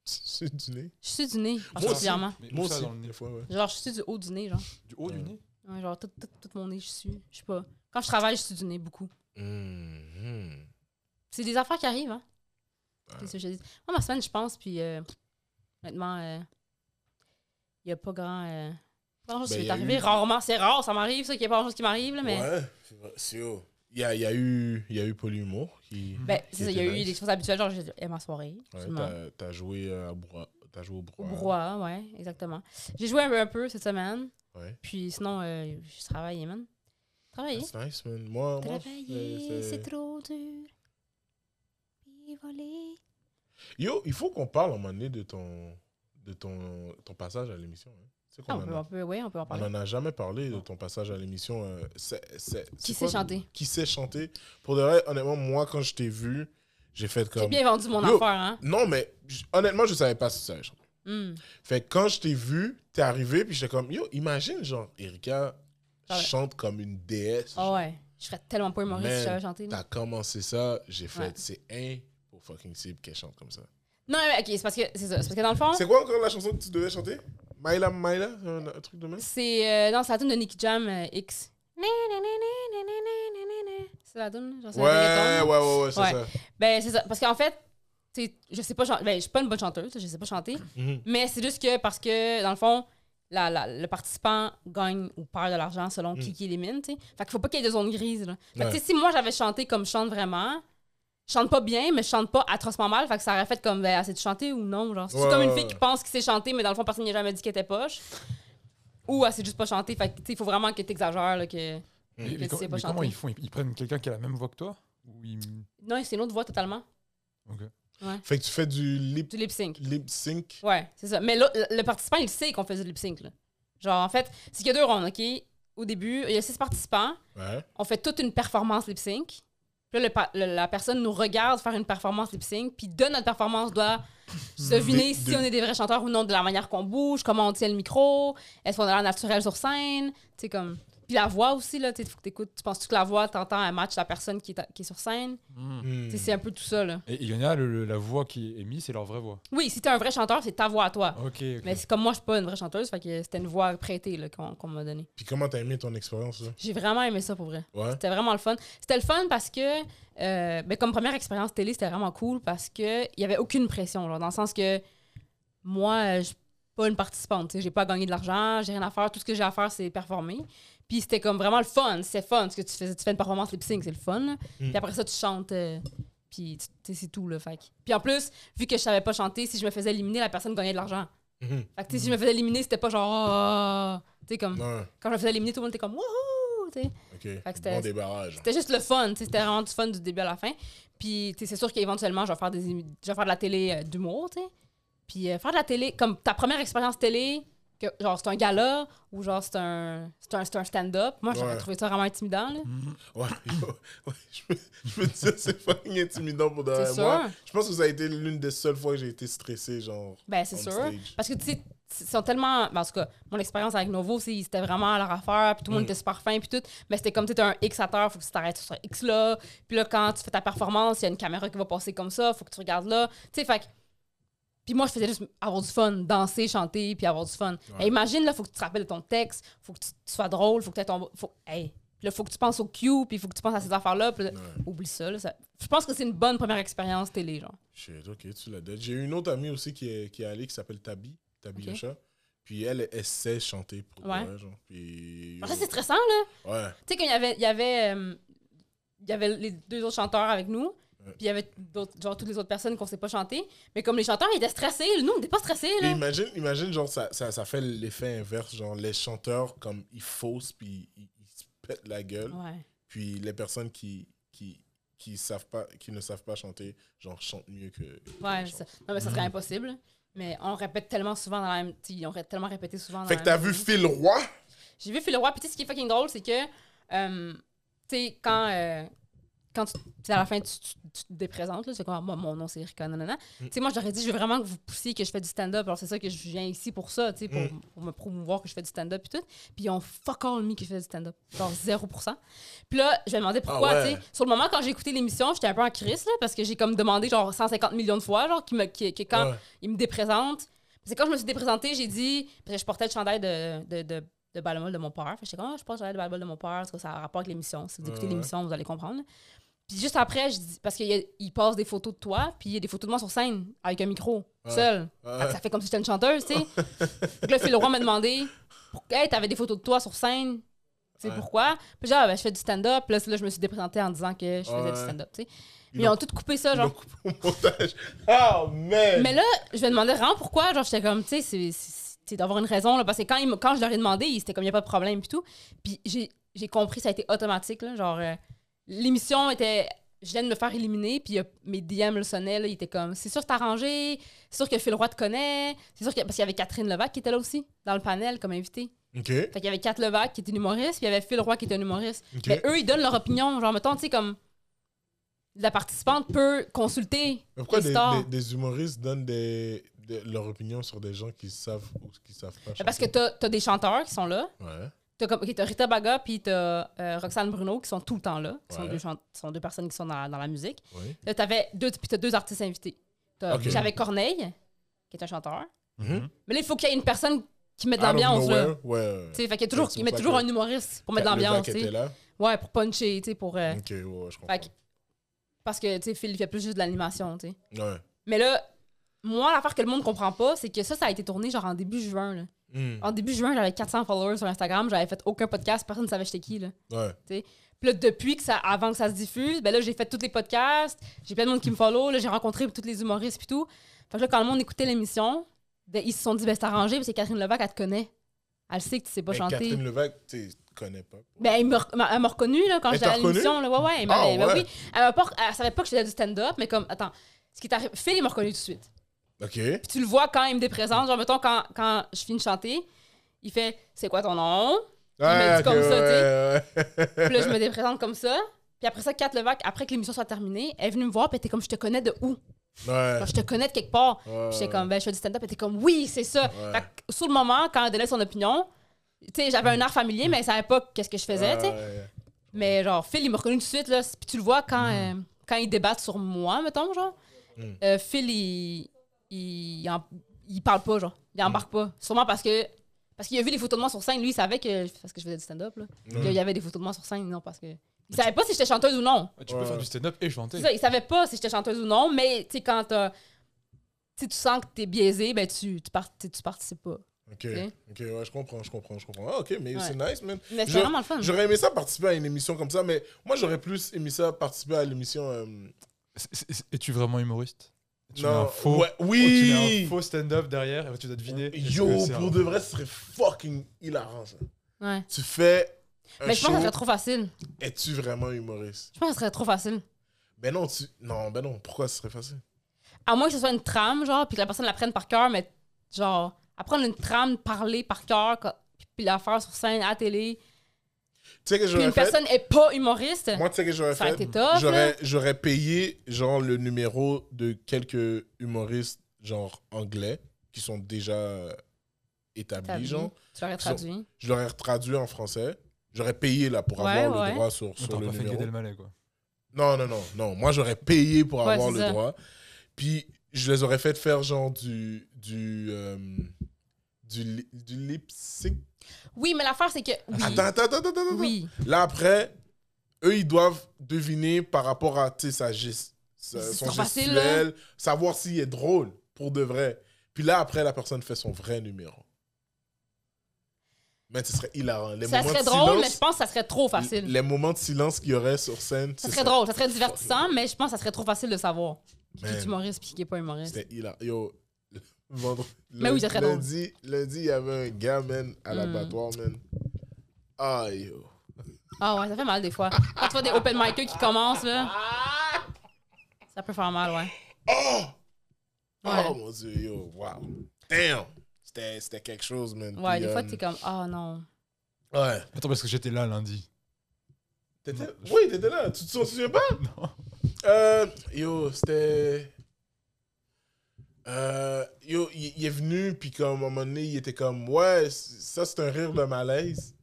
Speaker 2: C'est du nez
Speaker 4: Je suis du nez,
Speaker 2: aussi.
Speaker 4: particulièrement.
Speaker 3: Mais
Speaker 2: Moi
Speaker 3: ça,
Speaker 2: aussi,
Speaker 3: dans le nez.
Speaker 2: des fois, ouais.
Speaker 4: Genre, je suis du haut du nez, genre.
Speaker 3: Du haut du
Speaker 2: Ouais.
Speaker 3: nez
Speaker 4: Ouais, genre, tout, tout, tout mon nez, je suis. Je sais pas. Quand je travaille, je suis du nez beaucoup.
Speaker 2: Mhm.
Speaker 4: C'est des affaires qui arrivent, hein.
Speaker 2: Ouais.
Speaker 4: C'est ce que je dis. Moi, ma semaine, je pense, puis euh, honnêtement, il n'y a pas grand. Euh, pas grand chose
Speaker 2: Ben,
Speaker 4: qui
Speaker 2: y
Speaker 4: m'est
Speaker 2: a
Speaker 4: arrivé.
Speaker 2: eu-
Speaker 4: Rarement, c'est rare, ça m'arrive, ça, qu'il n'y a pas grand chose qui m'arrive, là, mais.
Speaker 2: Ouais, c'est vrai, c'est haut. Il y a, il y, a eu- il y a eu Polyhumour qui.
Speaker 4: Ben, c'est ça, il y a
Speaker 2: était
Speaker 4: eu
Speaker 2: nice.
Speaker 4: des choses habituelles, genre, j'ai dit, Eh, ma soirée.
Speaker 2: Ouais,
Speaker 4: absolument.
Speaker 2: t'as- t'as joué euh, à Broa- T'as joué au hein.
Speaker 4: Au
Speaker 2: Broa.
Speaker 4: broie, ouais, exactement. J'ai joué un peu, un peu cette semaine,
Speaker 2: Ouais.
Speaker 4: puis sinon, euh, je travaille, man. Travailler.
Speaker 2: That's nice, man. Moi, moi
Speaker 4: Travailler,
Speaker 2: c'est-
Speaker 4: c'est trop dur. Puis voler.
Speaker 2: Yo, il faut qu'on parle à un moment donné de ton, de ton, ton passage à l'émission. hein. Tu sais qu'on
Speaker 4: Ah, on,
Speaker 2: en
Speaker 4: peut,
Speaker 2: a-
Speaker 4: on peut- ouais, on peut en
Speaker 2: on
Speaker 4: parler.
Speaker 2: n'en a jamais parlé de ton passage à l'émission. euh, c'est- c'est- c'est
Speaker 4: Qui sait
Speaker 2: quoi-
Speaker 4: chanter?
Speaker 2: Qui sait chanter Pour de vrai, honnêtement, moi, quand je t'ai vu, j'ai fait
Speaker 4: J'ai
Speaker 2: comme.
Speaker 4: bien vendu mon
Speaker 2: Yo.
Speaker 4: affaire, hein.
Speaker 2: Non, mais j- honnêtement, je savais pas si tu savais chanter.
Speaker 4: Hum.
Speaker 2: Fait que quand je t'ai vu, t'es arrivé, puis j'étais comme, yo, imagine, genre, Erika
Speaker 4: Ah ouais.
Speaker 2: chante comme une déesse.
Speaker 4: Ah ouais. Je serais tellement pas humoriste si
Speaker 2: Man,
Speaker 4: je savais chanter. là.
Speaker 2: T'as commencé ça, j'ai fait,
Speaker 4: Ouais.
Speaker 2: c'est un pour fucking cible qu'elle chante comme ça.
Speaker 4: Non, mais ok, c'est parce que c'est ça. C'est parce que dans le fond,
Speaker 2: C'est quoi encore la chanson que tu devais chanter Myla Myla, un, un truc de même
Speaker 4: c'est. euh, non, c'est la tune de Nicky Jam euh, X. C'est la tune, genre, c'est
Speaker 2: Ouais,
Speaker 4: le
Speaker 2: ouais,
Speaker 4: reggaeton.
Speaker 2: ouais, ouais, c'est
Speaker 4: Ouais.
Speaker 2: ça.
Speaker 4: Ben, c'est ça. Parce qu'en fait, tu sais, je sais pas chanter. Ben, je suis pas une bonne chanteuse, je sais pas chanter.
Speaker 2: Mhm.
Speaker 4: Mais c'est juste que parce que, dans le fond, la- la- le participant gagne ou perd de l'argent selon qui
Speaker 2: Mm.
Speaker 4: qui élimine, tu sais. Fait qu'il faut pas qu'il y ait de zone grise, là. Fait que,
Speaker 2: Ouais.
Speaker 4: tu sais, si moi j'avais chanté comme je chante vraiment, je chante pas bien, mais je chante pas atrocement mal, fait que ça aurait fait comme, ben, assez de chanter ou non, genre. C'est
Speaker 2: Ouais,
Speaker 4: comme une
Speaker 2: ouais,
Speaker 4: fille
Speaker 2: ouais.
Speaker 4: qui pense qu'il sait chanter, mais dans le fond, personne n'y a jamais dit qu'elle était poche. Ou elle sait juste pas chanter, fait que, tu sais, il faut vraiment que t'exagères, là, que...
Speaker 2: Mais-
Speaker 3: Mais,
Speaker 4: mais
Speaker 3: com-
Speaker 4: c'est pas
Speaker 3: mais comment
Speaker 4: chanté.
Speaker 3: ils font ils, ils prennent quelqu'un qui a la même voix que toi Ou ils-
Speaker 4: Non, c'est une autre voix totalement.
Speaker 3: Ok.
Speaker 2: Fait que tu fais du lip,
Speaker 4: Du lip-sync.
Speaker 2: lip sync.
Speaker 4: Ouais, c'est ça. Mais là, le le participant, il sait qu'on fait du lip-sync, là. Genre, en fait, c'est qu'il y a deux rondes, OK? Au début, il y a six participants.
Speaker 2: Ouais.
Speaker 4: on fait toute une performance lip sync. Puis là, le pa- le- la personne nous regarde faire une performance lip sync, puis de notre performance doit se deviner
Speaker 2: Des-
Speaker 4: si
Speaker 2: des-
Speaker 4: on est des vrais chanteurs ou non, de la manière qu'on bouge, comment on tient le micro, est-ce qu'on a l'air naturel sur scène, tu sais, comme. Puis la voix aussi, là, tu sais, faut que t'écoutes, tu penses que la voix, t'entends, elle match la personne qui est, à- qui est sur scène.
Speaker 2: Hmm.
Speaker 4: Tu sais, C'est un peu tout ça, là.
Speaker 3: Mm. Et il y en a, le- le- la voix qui est émise, c'est leur vraie voix.
Speaker 4: Oui, si t'es un vrai chanteur, c'est ta voix à
Speaker 2: Ah.
Speaker 4: toi.
Speaker 3: Ok, ok.
Speaker 4: Mais c'est comme moi, je suis pas une vraie chanteuse, fait que c'était une voix prêtée, là, qu'on qu'on m'a donnée.
Speaker 2: Puis comment t'as aimé ton expérience là
Speaker 4: J'ai vraiment aimé ça, pour vrai.
Speaker 2: Ouais.
Speaker 4: C'était vraiment le fun. C'était le fun parce que, euh, ben, comme première expérience télé, c'était vraiment cool parce que il y avait aucune pression. Genre, dans le sens que moi, euh, je pas une participante. tu sais. J'ai pas gagné de l'argent, j'ai rien à faire. Tout ce que j'ai à faire, c'est performer. Puis c'était comme vraiment le fun. C'est fun. Ce que tu fais, tu fais une performance lip sync, c'est le fun. là. Puis après ça, tu chantes. euh, puis tu- tu sais, c'est tout, là. Fait que- Puis en plus, vu que je savais pas chanter, si je me faisais éliminer, la personne gagnait de l'argent.
Speaker 2: Mhm.
Speaker 4: Fait que, tu sais, si je me faisais éliminer, c'était pas genre. Ah, ah, ah. Tu sais, comme.
Speaker 2: Non,
Speaker 4: Quand je me faisais éliminer, tout le monde était comme. Wouhou! Tu sais.
Speaker 2: ok.
Speaker 4: que c'était-
Speaker 2: bon débarrage.
Speaker 4: C'était juste le fun, tu sais, c'était vraiment du fun du début à la fin. Puis tu sais, c'est sûr qu'éventuellement, je vais faire des émi- je vais faire de la télé euh, d'humour, tu sais. Puis euh, faire de la télé comme ta première expérience télé que genre c'est un gala ou genre c'est un c'est un, c'est un stand-up. Moi, j'aurais
Speaker 2: Ouais.
Speaker 4: trouvé ça vraiment intimidant là.
Speaker 3: Mm.
Speaker 2: Ouais, (laughs) ouais, je peux, je peux te dire, c'est fucking intimidant pour de
Speaker 4: C'est
Speaker 2: vrai. Moi,
Speaker 4: sûr.
Speaker 2: je pense que ça a été l'une des seules fois que j'ai été stressé, genre.
Speaker 4: Ben c'est
Speaker 2: on
Speaker 4: sûr
Speaker 2: stage.
Speaker 4: parce que tu sais ils sont tellement ben, en tout cas mon expérience avec Novo c'est ils étaient vraiment à leur affaire puis tout le monde
Speaker 2: Mm.
Speaker 4: était super fin puis tout mais c'était comme tu sais, t'as un X à terre faut que tu t'arrêtes sur ce X là puis là quand tu fais ta performance il y a une caméra qui va passer comme ça faut que tu regardes là tu sais fait que- puis moi je faisais juste avoir du fun danser chanter puis avoir du fun Mais imagine là faut que tu te rappelles de ton texte faut que tu, tu sois drôle faut que tu ton faut hey Puis là faut que tu penses au cue puis faut que tu penses à ces affaires là puis là, oublie ça, là, ça- je pense que c'est une bonne première expérience télé genre
Speaker 2: Shit, ok, tu l'as dit. J'ai une autre amie aussi qui est, qui est allée qui s'appelle Tabi, Tabi
Speaker 4: Ok.
Speaker 2: le chat. Puis elle, elle sait chanter pour de
Speaker 4: Ouais. Ah,
Speaker 2: vrai, genre. Puis.
Speaker 4: ça c'est stressant là
Speaker 2: Ouais.
Speaker 4: Tu sais, qu'il y avait, il y, avait, euh, il y avait les deux autres chanteurs avec nous,
Speaker 2: Ouais.
Speaker 4: puis il y avait d'autres- genre toutes les autres personnes qu'on ne sait pas chanter. Mais comme les chanteurs, ils étaient stressés. Nous, on n'était pas stressés.
Speaker 2: Et
Speaker 4: Là.
Speaker 2: imagine, imagine, genre, ça, ça, ça fait l'effet inverse. Genre, les chanteurs, comme, ils faussent, puis ils, ils se pètent la gueule.
Speaker 4: Ouais.
Speaker 2: Puis les personnes qui, qui, qui, savent pas, qui ne savent pas chanter, genre, chantent mieux que. que
Speaker 4: Ouais,
Speaker 2: les
Speaker 4: ça-
Speaker 2: chanteurs.
Speaker 4: non, mais ça serait impossible. Mais on répète tellement souvent dans la même. tu sais, Ils ont ré- tellement répété souvent dans
Speaker 2: Fait
Speaker 4: la
Speaker 2: que t'as
Speaker 4: même
Speaker 2: vu
Speaker 4: série.
Speaker 2: Phil Roy?
Speaker 4: J'ai vu Phil Roy, puis tu sais, ce qui est fucking drôle, c'est que. euh, tu sais, quand. euh, quand tu, puis à la fin, tu, tu- tu te déprésentes, là, tu fais comme, Ah, moi, mon nom, c'est Erika, nanana.
Speaker 2: Mm.
Speaker 4: Tu sais, moi, j'aurais dit, je veux vraiment que vous poussiez que je fais du stand-up. Alors, c'est ça que je viens ici pour ça, tu sais, pour,
Speaker 2: Mm.
Speaker 4: pour me promouvoir que je fais du stand-up et tout. Puis, ils ont fuck all mis que je fais du stand-up. Genre 0%. Puis là, je me demandais pourquoi,
Speaker 2: Ah ouais.
Speaker 4: tu sais. Sur le moment, quand j'ai écouté l'émission, j'étais un peu en crise, là, parce que j'ai comme demandé, genre, 150 millions de fois, genre, qui me, qui, que quand
Speaker 2: Ouais.
Speaker 4: ils me déprésentent. C'est quand je me suis déprésentée, j'ai dit, parce que je portais le chandail de, de, de, de Balmol de mon père. Fait que J'étais comme, Ah, je porte le chandail de Balmol de mon père, parce que ça a rapport avec l'émission. Si vous
Speaker 2: Ouais,
Speaker 4: écoutez
Speaker 2: ouais.
Speaker 4: l'émission, vous allez comprendre. Puis juste après, je dis, parce qu'il passe des photos de toi, puis il y a des photos de moi sur scène, avec un micro,
Speaker 2: Ouais.
Speaker 4: seul. Fait que
Speaker 2: Ouais.
Speaker 4: Ça fait comme si j'étais une chanteuse, tu sais. Donc là, Phil Roy m'a demandé, pour- hey, t'avais des photos de toi sur scène, tu sais
Speaker 2: Ouais.
Speaker 4: pourquoi? Puis genre, Ah, ben, je fais du stand-up. Puis Là, c'est- là, je me suis déprésentée en disant que je faisais
Speaker 2: Ouais.
Speaker 4: du stand-up, tu sais.
Speaker 2: Ils
Speaker 4: Mais ils
Speaker 2: l'ont-
Speaker 4: ont tout coupé ça,
Speaker 2: Ils
Speaker 4: genre.
Speaker 2: l'ont coupé au montage. Oh, man!
Speaker 4: Mais là, je me demandais vraiment pourquoi. Genre, j'étais comme, tu sais, c'est- c'est c'est d'avoir une raison. Là, parce que quand, ils me- quand je leur ai demandé, ils étaient comme, il n'y a pas de problème, puis tout. Puis j'ai j'ai compris, ça a été automatique. Là, genre, euh, l'émission était. Je viens de me faire éliminer, puis euh, mes DM le sonnaient. Là, ils étaient comme, c'est sûr que t'as arrangé, c'est sûr que Phil Roy te connaît, c'est sûr que. Parce qu'il y avait Catherine Levac qui était là aussi, dans le panel, comme invitée.
Speaker 2: Ok,
Speaker 4: Fait qu'il y avait Kat Levac qui était une humoriste, puis il y avait Phil Roy qui était un humoriste.
Speaker 2: ok.
Speaker 4: Mais eux, ils donnent leur opinion. Genre, mettons, tu sais, comme. La participante peut consulter.
Speaker 2: Mais pourquoi
Speaker 4: les
Speaker 2: des,
Speaker 4: stars.
Speaker 2: des- des humoristes donnent des, des- leur opinion sur des gens qui savent ou qui savent pas
Speaker 4: Ben, Parce que
Speaker 2: chanter?
Speaker 4: t'as as des chanteurs qui sont là.
Speaker 2: Ouais.
Speaker 4: T'as comme- ok, t'as Rita Baga puis t'as euh, Roxane Bruno qui sont tout le temps là, qui sont,
Speaker 2: Ouais.
Speaker 4: deux, chan- qui sont deux personnes qui sont dans, la- dans la musique.
Speaker 2: Oui.
Speaker 4: Là, t'avais deux, puis t'as deux artistes invités. T'as-
Speaker 2: Ok.
Speaker 4: J'avais Corneille, qui est un chanteur.
Speaker 3: Mm-hmm.
Speaker 2: Mhm.
Speaker 4: Mais là, il faut qu'il y ait une personne qui mette de
Speaker 2: Out of
Speaker 4: l'ambiance. là.
Speaker 2: nowhere, Ouais.
Speaker 4: Tu sais, Fait qu'il y a toujours,
Speaker 2: C'est
Speaker 4: il met
Speaker 2: pour ça
Speaker 4: toujours
Speaker 2: que-
Speaker 4: un humoriste pour mettre de
Speaker 2: Kat Levac
Speaker 4: l'ambiance. tu sais.
Speaker 2: était là. Mm.
Speaker 4: Ouais, pour puncher, tu sais, pour. euh,
Speaker 2: Ok, ouais, ouais, je comprends.
Speaker 4: Fait que- parce que, tu sais, Phil, il fait plus juste de l'animation, tu sais.
Speaker 2: Ouais.
Speaker 4: Mais là, moi, l'affaire que le monde comprend pas, c'est que ça, ça a été tourné genre en début juin. Là.
Speaker 2: Hmm.
Speaker 4: En début juin, j'avais 400 followers sur Instagram, j'avais fait aucun podcast, personne ne savait j'étais qui. Là.
Speaker 2: Ouais.
Speaker 4: Puis là, depuis que ça, avant que ça se diffuse, ben là, j'ai fait tous les podcasts, j'ai plein de monde qui me follow, là, j'ai rencontré tous les humoristes puis tout. Fait que là, quand le monde écoutait l'émission, ben, ils se sont dit, ben, c'est arrangé, parce que Catherine Levac, elle te connaît. Elle sait que tu sais pas
Speaker 2: Mais
Speaker 4: chanter.
Speaker 2: Ben, Catherine Levac, tu sais, connais pas.
Speaker 4: Ben, elle me rec- m'a elle m'a reconnue là, quand
Speaker 2: Elle
Speaker 4: j'étais
Speaker 2: t'a
Speaker 4: à l'émission. là. Ouais, ouais, elle m'avait-
Speaker 2: Ah,
Speaker 4: ben
Speaker 2: ouais.
Speaker 4: oui. Elle, m'a pas- elle savait pas que je faisais du stand-up, mais comme, attends, ce qui est arrivé, Phil, il m'a reconnu tout de suite.
Speaker 2: Ok.
Speaker 4: Puis tu le vois quand il me déprésente, genre, mettons, quand, quand je finis de chanter, il fait, c'est quoi ton nom? m'a dit
Speaker 2: ok,
Speaker 4: comme ça, tu
Speaker 2: ouais, ouais.
Speaker 4: Puis là, je me déprésente comme ça. Puis après ça, Kat Levac, après que l'émission soit terminée, elle est venue me voir, puis elle était comme, je te connais de où?
Speaker 2: Ouais.
Speaker 4: Genre, je te connais de quelque part.
Speaker 2: Ouais,
Speaker 4: Puis j'étais
Speaker 2: ouais.
Speaker 4: comme, ben, je fais du stand-up. Elle était comme, oui, c'est ça.
Speaker 2: Ouais.
Speaker 4: Fait que, sur le moment, quand elle donnait son opinion, tu sais, j'avais un air familier, mais elle savait pas qu'est-ce que je faisais, tu sais.
Speaker 2: Ouais.
Speaker 4: Mais genre, Phil, il m'a reconnu tout de suite, là. Puis tu le vois quand, euh, quand ils débattent sur moi, mettons, genre.
Speaker 2: Mm.
Speaker 4: Euh, Phil, il, il, en- il parle pas, genre. Il embarque
Speaker 2: Mm.
Speaker 4: pas. Sûrement parce que. Parce qu'il a vu les photos de moi sur scène. Lui, il savait que. Parce que je faisais du stand-up, là.
Speaker 2: Mm.
Speaker 4: Il y avait des photos de moi sur scène, non, parce que. Il savait pas si j'étais chanteuse ou non.
Speaker 3: Ah, tu peux
Speaker 2: Ouais.
Speaker 3: faire du stand-up et chanter.
Speaker 4: C'est ça, il savait pas si j'étais chanteuse ou non, mais tu sais, quand t'as. tu si tu sens que t'es biaisé, ben tu, tu, par- tu, tu participes pas.
Speaker 2: Ok, ok, ouais, je comprends, je comprends, je comprends. Ah, ok, mais
Speaker 4: Ouais.
Speaker 2: c'est nice, man.
Speaker 4: Mais c'est
Speaker 2: Je-
Speaker 4: vraiment le fun.
Speaker 2: J'aurais aimé ça participer à une émission comme ça, mais moi j'aurais plus aimé ça participer à l'émission. euh,
Speaker 3: C'est- c'est- c'est- Es-tu vraiment humoriste Tu mets un
Speaker 2: non,
Speaker 3: faux,
Speaker 2: ouais,
Speaker 3: tu mets
Speaker 2: oui.
Speaker 3: un faux stand-up derrière et bah, tu dois deviner. est-ce
Speaker 2: Yo,
Speaker 3: que c'est hein?
Speaker 2: pour
Speaker 3: un-
Speaker 2: de vrai, ce serait fucking hilarant. Ça.
Speaker 4: Ouais.
Speaker 2: Tu fais un
Speaker 4: Mais je pense
Speaker 2: Euh, show.
Speaker 4: que ça serait trop facile.
Speaker 2: Es-tu vraiment humoriste
Speaker 4: Je pense que ça serait trop facile.
Speaker 2: Ben non, tu, non, ben non. Pourquoi ce serait facile
Speaker 4: À moins que ce soit une trame, genre, puis que la personne la prenne par cœur, mais genre, apprendre une trame, parler par cœur, co- puis la faire sur scène, à la télé.
Speaker 2: Tu sais que
Speaker 4: Puis
Speaker 2: j'aurais
Speaker 4: une
Speaker 2: fait
Speaker 4: personne est pas humoriste.
Speaker 2: Moi, tu sais que j'aurais
Speaker 4: Ça aurait
Speaker 2: fait
Speaker 4: été tough,
Speaker 2: J'aurais, j'aurais payé genre le numéro de quelques humoristes genre anglais qui sont déjà euh, établis,
Speaker 4: Établis.
Speaker 2: genre.
Speaker 4: tu l'aurais traduit.
Speaker 2: Je l'aurais traduit en français. J'aurais payé là pour
Speaker 4: Ouais,
Speaker 2: avoir
Speaker 4: ouais.
Speaker 2: le droit sur,
Speaker 3: T'aurais
Speaker 2: sur le
Speaker 3: pas fait Gad
Speaker 2: numéro.
Speaker 3: Elmaleh, quoi.
Speaker 2: Non, non, non, non. Moi, j'aurais payé pour
Speaker 4: Ouais,
Speaker 2: avoir
Speaker 4: c'est
Speaker 2: le
Speaker 4: ça.
Speaker 2: droit. Puis, je les aurais fait faire genre du. du. euh, du, li- du lip sync.
Speaker 4: Oui, mais l'affaire, c'est que. Oui.
Speaker 2: Attends, attends, attends, attends, attends.
Speaker 4: oui.
Speaker 2: Là, après, eux, ils doivent deviner par rapport à tu sais, sa geste, sa-
Speaker 4: C'est
Speaker 2: son
Speaker 4: trop facile, hein?
Speaker 2: gestuel, savoir s'il est drôle pour de vrai. Puis là, après, la personne fait son vrai numéro. Mais ce serait hilarant. Les
Speaker 4: Ça
Speaker 2: moments
Speaker 4: serait
Speaker 2: de
Speaker 4: drôle,
Speaker 2: silence-
Speaker 4: mais je pense que ça serait trop facile.
Speaker 2: les moments de silence qu'il y aurait sur scène.
Speaker 4: ça
Speaker 2: ce
Speaker 4: serait drôle, ça serait divertissant, mais je pense que ça serait trop facile de savoir qui
Speaker 2: Man,
Speaker 4: est humoriste puis qui est pas humoriste.
Speaker 2: C'était hilarant. Yo, le vendredi.
Speaker 4: Mais Ben oui, ça serait drôle.
Speaker 2: lundi, lundi, il y avait un gars, man, à
Speaker 4: Mm.
Speaker 2: l'abattoir, man. Ah, yo.
Speaker 4: Ah ouais, ça fait mal des fois. Quand tu vois des open micers qui commencent, là, ça peut faire mal, ouais.
Speaker 2: Oh!
Speaker 4: Ouais.
Speaker 2: Oh mon dieu, yo, wow. Damn! C'était c'était quelque chose, man.
Speaker 4: Ouais,
Speaker 2: Puis,
Speaker 4: des fois,
Speaker 2: euh,
Speaker 4: t'es comme, ah non.
Speaker 2: Ouais.
Speaker 3: Attends, parce que j'étais là lundi.
Speaker 2: T'étais-
Speaker 3: Non, je-
Speaker 2: Oui, t'étais là. Tu te souviens pas?
Speaker 3: (laughs) Non.
Speaker 2: Euh, yo, c'était. Euh, yo, il il est venu, puis comme à un moment donné, il était comme, ouais, c- ça c'est un rire de malaise.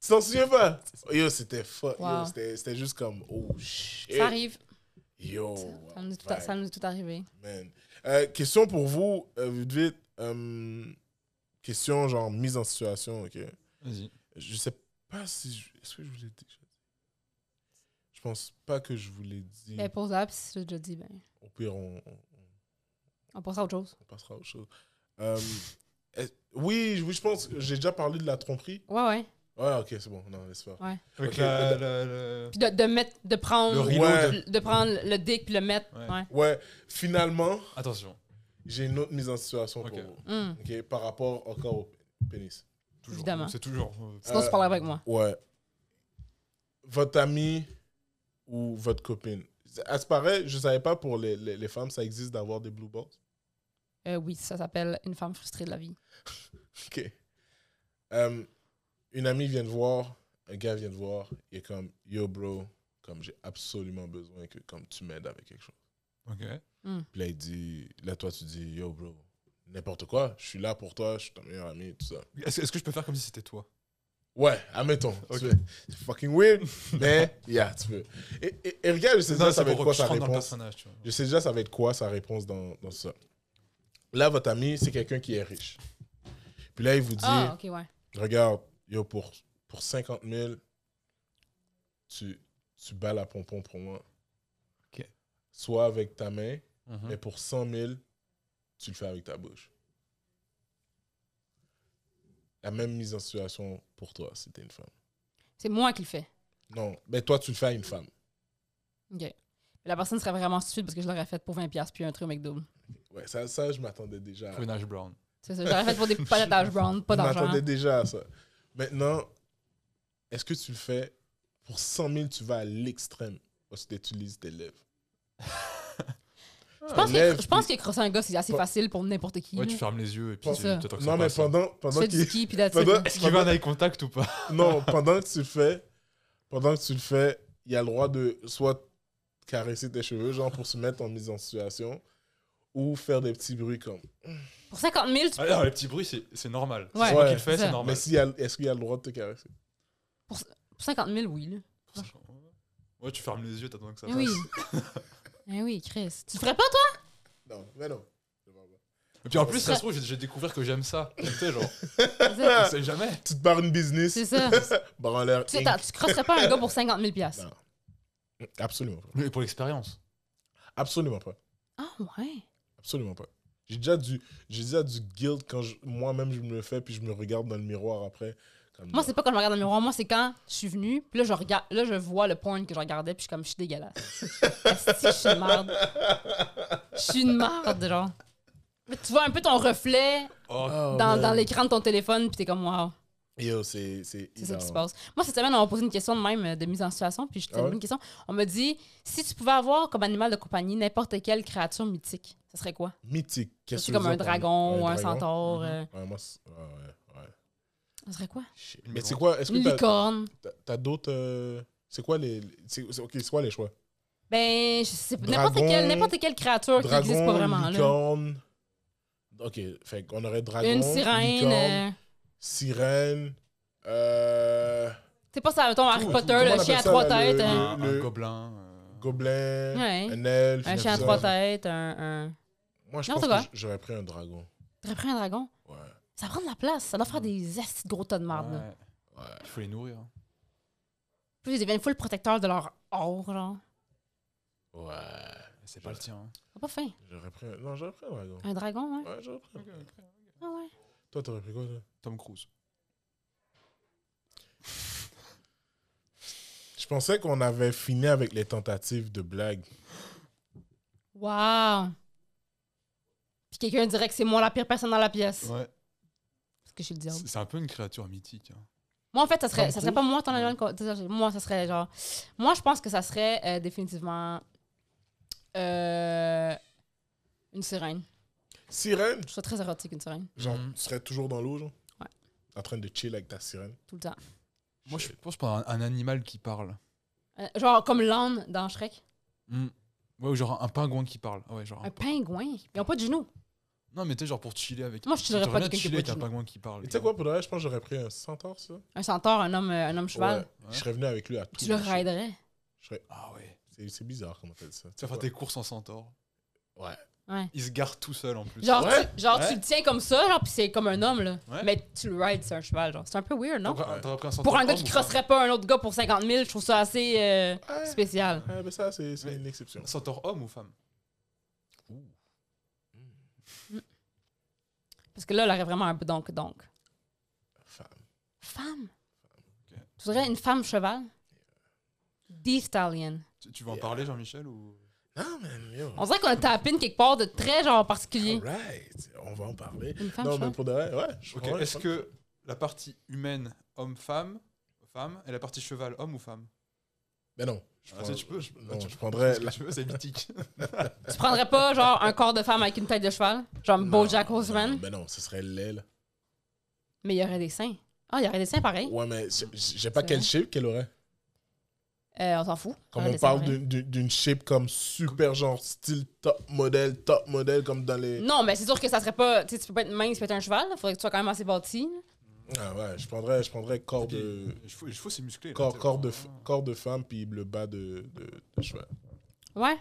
Speaker 2: Tu t'en souviens pas? Yo, c'était fuck.
Speaker 4: Wow.
Speaker 2: Yo, c'était c'était juste comme, oh shit.
Speaker 4: Ça arrive.
Speaker 2: Yo.
Speaker 4: Ça nous est tout, ça nous est tout arrivé.
Speaker 2: Man. Euh, question pour vous, euh, vite vite. euh, question genre mise en situation, ok.
Speaker 3: Vas-y.
Speaker 2: Je sais pas si. je- Est-ce que je vous l'ai déjà dit Je pense pas que je vous l'ai dit.
Speaker 4: Ben, pose là, puis si je te dis, ben,
Speaker 2: Au pire, on, on-
Speaker 4: on passe à autre chose.
Speaker 2: on passera à autre chose. Euh, (laughs) est- oui, je- oui, je pense. que J'ai déjà parlé de la tromperie.
Speaker 4: Ouais, ouais.
Speaker 2: Ouais, ok, c'est bon. Non, laisse faire.
Speaker 3: Avec
Speaker 2: Ok. euh,
Speaker 3: la- la- la-
Speaker 4: Puis de, de mettre, de
Speaker 3: le
Speaker 4: prendre,
Speaker 3: rideau
Speaker 2: Ouais.
Speaker 3: de-
Speaker 4: de prendre le dick puis le mettre.
Speaker 3: Ouais.
Speaker 4: Ouais.
Speaker 2: Ouais, finalement,
Speaker 3: Attention.
Speaker 2: j'ai une autre mise en situation
Speaker 3: Ok.
Speaker 2: pour vous.
Speaker 4: Hum.
Speaker 2: Ok, par rapport encore au pénis.
Speaker 3: Toujours.
Speaker 4: Évidemment.
Speaker 3: C'est toujours. euh,
Speaker 4: Sinon,
Speaker 2: Euh,
Speaker 4: tu parlerais pas avec moi.
Speaker 2: Ouais. Votre ami ou votre copine. À ce paraît, je savais pas pour les, les, les femmes, ça existe d'avoir des blue balls.
Speaker 4: Euh, oui, ça s'appelle une femme frustrée de la vie.
Speaker 2: OK. Euh, une amie vient de voir, un gars vient de voir, il est comme, yo bro, comme j'ai absolument besoin que comme tu m'aides avec quelque chose.
Speaker 3: Ok.
Speaker 2: Puis là, il dit, là, toi, tu dis, yo bro, n'importe quoi, je suis là pour toi, je suis ton meilleur ami, tout ça.
Speaker 3: Est-ce est-ce que je peux faire comme si c'était toi
Speaker 2: Ouais, admettons. tu
Speaker 3: Ok.
Speaker 2: veux. C'est fucking
Speaker 3: (laughs)
Speaker 2: weird, mais yeah, tu peux. Et, et- et regarde, je sais déjà ça va
Speaker 3: pour
Speaker 2: être
Speaker 3: que
Speaker 2: quoi
Speaker 3: je
Speaker 2: sa
Speaker 3: rentre dans le
Speaker 2: réponse.
Speaker 3: personnage, tu vois.
Speaker 2: Je sais déjà ça va être quoi sa réponse dans, dans ça. Là, votre ami, c'est quelqu'un qui est riche. Puis là, il vous dit,
Speaker 4: Ah, ok, ouais.
Speaker 2: regarde, yo, pour, pour 50 000, tu, tu bats la pompon pour moi.
Speaker 3: Ok.
Speaker 2: Soit avec ta main,
Speaker 3: Mhm.
Speaker 2: mais pour 100 000, tu le fais avec ta bouche. La même mise en situation pour toi, si t'es une femme.
Speaker 4: C'est moi qui le fais.
Speaker 2: Non, mais toi, tu le fais à une femme.
Speaker 4: Ok. La personne serait vraiment stupide parce que je l'aurais faite pour 20$ puis un truc au McDo.
Speaker 2: Ouais, ça, ça je m'attendais déjà à
Speaker 3: Pour une hash brown.
Speaker 4: C'est ça, je l'aurais faite pour des
Speaker 3: (laughs)
Speaker 4: patates hash brown, pas
Speaker 2: Je
Speaker 4: d'argent.
Speaker 3: hein.
Speaker 2: m'attendais déjà à ça. Maintenant, est-ce que tu le fais pour 100 000, tu vas à l'extrême parce que tu utilises tes lèvres.
Speaker 4: Je pense,
Speaker 2: Lèvres,
Speaker 4: que, je pense que crosser un gars, c'est assez
Speaker 2: Pas-
Speaker 4: facile pour n'importe qui.
Speaker 3: Ouais,
Speaker 4: là.
Speaker 3: tu fermes les yeux et puis
Speaker 4: Pas
Speaker 3: tu
Speaker 4: ça.
Speaker 3: t'attends que ça
Speaker 2: Non, mais
Speaker 3: passe. hein.
Speaker 2: pendant,
Speaker 4: Tu
Speaker 2: pendant
Speaker 4: fais du
Speaker 2: qu'il.
Speaker 4: ski puis that's it,
Speaker 2: pendant-
Speaker 4: là.
Speaker 3: Est-ce qu'il y a un eye contact ou pas
Speaker 2: Non, pendant que tu le fais, pendant que tu le fais, il y a le droit de soit caresser tes cheveux, genre pour se mettre en mise en situation, ou faire des petits bruits comme.
Speaker 4: Pour 50 000, tu-
Speaker 3: Ah non, les petits bruits, c'est c'est normal.
Speaker 4: Ouais.
Speaker 3: C'est moi qui
Speaker 2: Ouais.
Speaker 3: le fais,
Speaker 4: C'est
Speaker 3: c'est
Speaker 4: ça.
Speaker 2: Mais
Speaker 3: normal.
Speaker 2: s'il y a- est-ce qu'il y a le droit de te caresser
Speaker 4: pour 50 000, oui. là.
Speaker 3: Ouais, tu fermes les yeux, t'attends que ça
Speaker 4: Eh
Speaker 3: passe.
Speaker 4: oui. Eh oui, Chris. Tu le ferais pas, toi?
Speaker 2: Non, mais non. C'est pas vrai.
Speaker 3: Et puis en plus, ça se trouve, j'ai- j'ai découvert que j'aime ça. Tu sais, genre,
Speaker 4: C'est ça.
Speaker 3: (laughs) on sait jamais.
Speaker 2: Tu te barres une business,
Speaker 4: C'est ça.
Speaker 2: (laughs) barre en l'air.
Speaker 4: Tu sais, t'as- tu crosserais pas un gars pour 50 000 piastres.
Speaker 2: Non. Absolument pas.
Speaker 3: Mais pour l'expérience.
Speaker 2: Absolument pas.
Speaker 4: Ah, ouais.
Speaker 2: Absolument pas. J'ai déjà du, j'ai déjà du guilt quand je- moi-même je me le fais, puis je me regarde dans le miroir après. comme-
Speaker 4: Moi, c'est pas quand je me regarde dans le miroir. Moi, c'est quand je suis venue, puis là, je, regarde, là, je vois le porn que je regardais, puis je suis comme, je suis dégueulasse.
Speaker 2: (laughs)
Speaker 4: Asti, je suis une merde. Je suis une merde, genre. Mais Tu vois un peu ton reflet
Speaker 3: Oh,
Speaker 2: Oh,
Speaker 4: dans,
Speaker 2: man.
Speaker 4: dans l'écran de ton téléphone, puis t'es comme, wow,
Speaker 2: Yo, c'est. C'est
Speaker 4: c'est ça qui
Speaker 2: énorme.
Speaker 4: se passe. Moi, cette semaine, on m'a posé une question de même euh, de mise en situation, puis je t'ai
Speaker 2: Ah ouais?
Speaker 4: posé une question. On m'a dit, si tu pouvais avoir comme animal de compagnie n'importe quelle créature mythique, ce serait quoi?
Speaker 2: Mythique. Qu'est-ce
Speaker 4: C'est
Speaker 2: que
Speaker 4: comme
Speaker 2: vous
Speaker 4: un
Speaker 2: en
Speaker 4: dragon
Speaker 2: parlez?
Speaker 4: ou un
Speaker 2: dragon? Mm-hmm.
Speaker 4: centaure. euh,
Speaker 2: Ouais, moi, c'est- ouais, ouais, ouais.
Speaker 4: Ce serait quoi?
Speaker 2: Shit.
Speaker 3: Une
Speaker 2: Mais c'est
Speaker 3: licorne.
Speaker 2: quoi Est-ce
Speaker 4: Une
Speaker 2: que t'as-
Speaker 4: licorne.
Speaker 2: t'as- t'as d'autres. euh, C'est quoi les. c'est- c'est- Ok, c'est quoi les choix
Speaker 4: Ben, je sais pas. N'importe
Speaker 2: Dragon,
Speaker 4: quelle, n'importe quelle créature qui n'existe pas vraiment.
Speaker 2: Dragon,
Speaker 4: là.
Speaker 2: licorne. Ok, fait qu'on aurait dragon.
Speaker 4: une sirène.
Speaker 2: licorne,
Speaker 4: euh,
Speaker 2: Sirène. Euh.
Speaker 4: Tu sais pas ça, mettons, Harry
Speaker 2: Tout,
Speaker 4: Potter,
Speaker 2: comment on
Speaker 4: le
Speaker 2: appelle
Speaker 4: chien à
Speaker 2: ça,
Speaker 4: trois
Speaker 2: là, le-
Speaker 4: têtes. hein.
Speaker 3: un, un
Speaker 2: le-
Speaker 3: gobelin. euh,
Speaker 2: Gobelin.
Speaker 4: Ouais.
Speaker 2: Un elfe.
Speaker 4: Un chien à
Speaker 2: tout
Speaker 4: trois
Speaker 2: ça.
Speaker 4: têtes, un. un-
Speaker 2: Moi, je pense
Speaker 4: N'importe quoi.
Speaker 2: que j- j'aurais pris un dragon.
Speaker 4: T'aurais pris un dragon?
Speaker 2: Ouais.
Speaker 4: Ça prend de la place, ça doit faire des astis de gros tas de marde. là.
Speaker 3: ouais.
Speaker 2: Ouais.
Speaker 3: Il faut les nourrir. hein.
Speaker 4: Puis ils deviennent full protecteur de leur or, genre.
Speaker 2: Ouais.
Speaker 3: C'est pas le tien. hein.
Speaker 4: T'as pas faim.
Speaker 2: J'aurais pris un. Non, j'aurais pris un dragon.
Speaker 4: Un dragon, ouais.
Speaker 2: Ouais, j'aurais pris un dragon.
Speaker 4: Ah ouais.
Speaker 2: Toi, t'aurais pris quoi, toi
Speaker 3: Tom Cruise.
Speaker 2: Je pensais qu'on avait fini avec les tentatives de blagues.
Speaker 4: Wow. Puis quelqu'un dirait que c'est moi la pire personne dans la pièce.
Speaker 3: Ouais.
Speaker 4: Parce que je suis le diable.
Speaker 3: C'est c'est un peu une créature mythique. hein.
Speaker 4: Moi, en fait, ça serait,
Speaker 2: Tom
Speaker 4: ça serait pas moi ton animal. co- désolé, Moi, ça serait genre. Moi, je pense que ça serait euh, définitivement. euh, une sirène.
Speaker 2: Sirène,
Speaker 4: Je suis très érotique, une sirène.
Speaker 2: genre,
Speaker 3: Mhm.
Speaker 2: tu serais toujours dans l'eau, genre
Speaker 4: Ouais.
Speaker 2: En train de chill avec ta sirène.
Speaker 4: Tout le temps.
Speaker 3: Moi, je pense que je prends un, un animal qui parle.
Speaker 4: Euh, genre comme l'âne dans Shrek.
Speaker 3: Hmm. Ouais, ou genre un, un pingouin qui parle. Ah Ouais, genre un
Speaker 4: Un
Speaker 3: pin-
Speaker 4: pingouin. Ils n'ont pas de genoux.
Speaker 3: Non, mais tu sais, genre pour chiller avec.
Speaker 4: Moi, je chillerais
Speaker 3: J'aimerais
Speaker 4: pas
Speaker 3: bien
Speaker 4: avec quelqu'un
Speaker 3: chiller avec
Speaker 4: qui
Speaker 3: un
Speaker 4: parle.
Speaker 3: pingouin qui parle.
Speaker 2: Et tu sais quoi, pour le reste, je pense que j'aurais pris un centaure, ça.
Speaker 4: Un centaure, un homme, euh, un homme cheval.
Speaker 2: Ouais. Je serais venu avec lui à tout.
Speaker 4: Tu le
Speaker 2: marché.
Speaker 4: riderais.
Speaker 2: Je serais-
Speaker 3: Ah ouais.
Speaker 2: C'est c'est bizarre comment on appelle ça.
Speaker 3: Tu vas faire
Speaker 2: Ouais.
Speaker 3: tes courses en centaure.
Speaker 2: Ouais.
Speaker 4: Ouais.
Speaker 3: Il se gare tout seul en plus.
Speaker 4: Genre,
Speaker 2: Ouais.
Speaker 4: tu, genre
Speaker 3: Ouais.
Speaker 4: tu le tiens comme ça, genre, puis c'est comme un homme, là.
Speaker 3: Ouais.
Speaker 4: Mais tu le rides, c'est un cheval, genre. C'est un peu weird, non?
Speaker 3: T'aurais pris- t'aurais pris un centaure
Speaker 4: Pour un gars
Speaker 3: homme
Speaker 4: qui
Speaker 3: ou pas
Speaker 4: crosserait pas un autre gars pour 50 000, je trouve ça assez euh,
Speaker 2: Ouais.
Speaker 4: spécial.
Speaker 2: Ouais, mais ça, c'est c'est
Speaker 3: Mais-
Speaker 2: une exception.
Speaker 3: Un centaure homme ou femme
Speaker 4: Parce que là, elle aurait vraiment un donc donc.
Speaker 2: Femme.
Speaker 4: Femme.
Speaker 3: Ok.
Speaker 4: Tu voudrais une femme cheval? The Stallion.
Speaker 3: Tu, tu veux en parler, Jean-Michel ou...
Speaker 2: Non, mais yo.
Speaker 4: On dirait qu'on a tapé quelque part de très genre particulier.
Speaker 2: Alright. On va en parler.
Speaker 4: Une femme
Speaker 2: non,
Speaker 4: cheval.
Speaker 2: mais pour de vrai, ouais. je
Speaker 3: Ok,
Speaker 2: comprends, je
Speaker 3: est-ce
Speaker 2: comprends.
Speaker 3: que la partie humaine, homme-femme, femme, et la partie cheval, homme ou femme
Speaker 2: Mais Ben non. Je
Speaker 3: Ah,
Speaker 2: prends-
Speaker 3: si tu peux, je-
Speaker 2: non,
Speaker 3: tu-
Speaker 2: je prendrais.
Speaker 3: Ce que
Speaker 2: la-
Speaker 3: tu veux, c'est mythique.
Speaker 4: Tu prendrais pas genre un corps de femme avec une tête de cheval? Genre
Speaker 2: Non,
Speaker 4: Bojack
Speaker 2: non,
Speaker 4: Horseman?
Speaker 2: Mais non, ce serait l'aile.
Speaker 4: Mais il y aurait des seins. Ah, il y aurait des seins pareil.
Speaker 2: Ouais, mais je- je sais pas
Speaker 4: C'est
Speaker 2: quel
Speaker 4: vrai.
Speaker 2: shape qu'elle aurait.
Speaker 4: Euh, on s'en fout. Il
Speaker 2: Comme
Speaker 4: y aurait
Speaker 2: on
Speaker 4: des seins
Speaker 2: parle
Speaker 4: pareils.
Speaker 2: d'une- d'une d'une shape comme super genre style top modèle, top modèle comme dans les.
Speaker 4: Non, mais c'est sûr que ça serait pas. Tu sais, tu peux pas être mince, tu peux être un cheval. Il faudrait que tu sois quand même assez bâti. là.
Speaker 2: Ah ouais, je prendrais, je prendrais (laughs) corps de
Speaker 3: Il faut, il faut c'est musclé. là,
Speaker 2: corps,
Speaker 3: t'sais,
Speaker 2: corps de
Speaker 3: vraiment.
Speaker 2: corps de femme puis le bas de, de, de cheval.
Speaker 4: Ouais.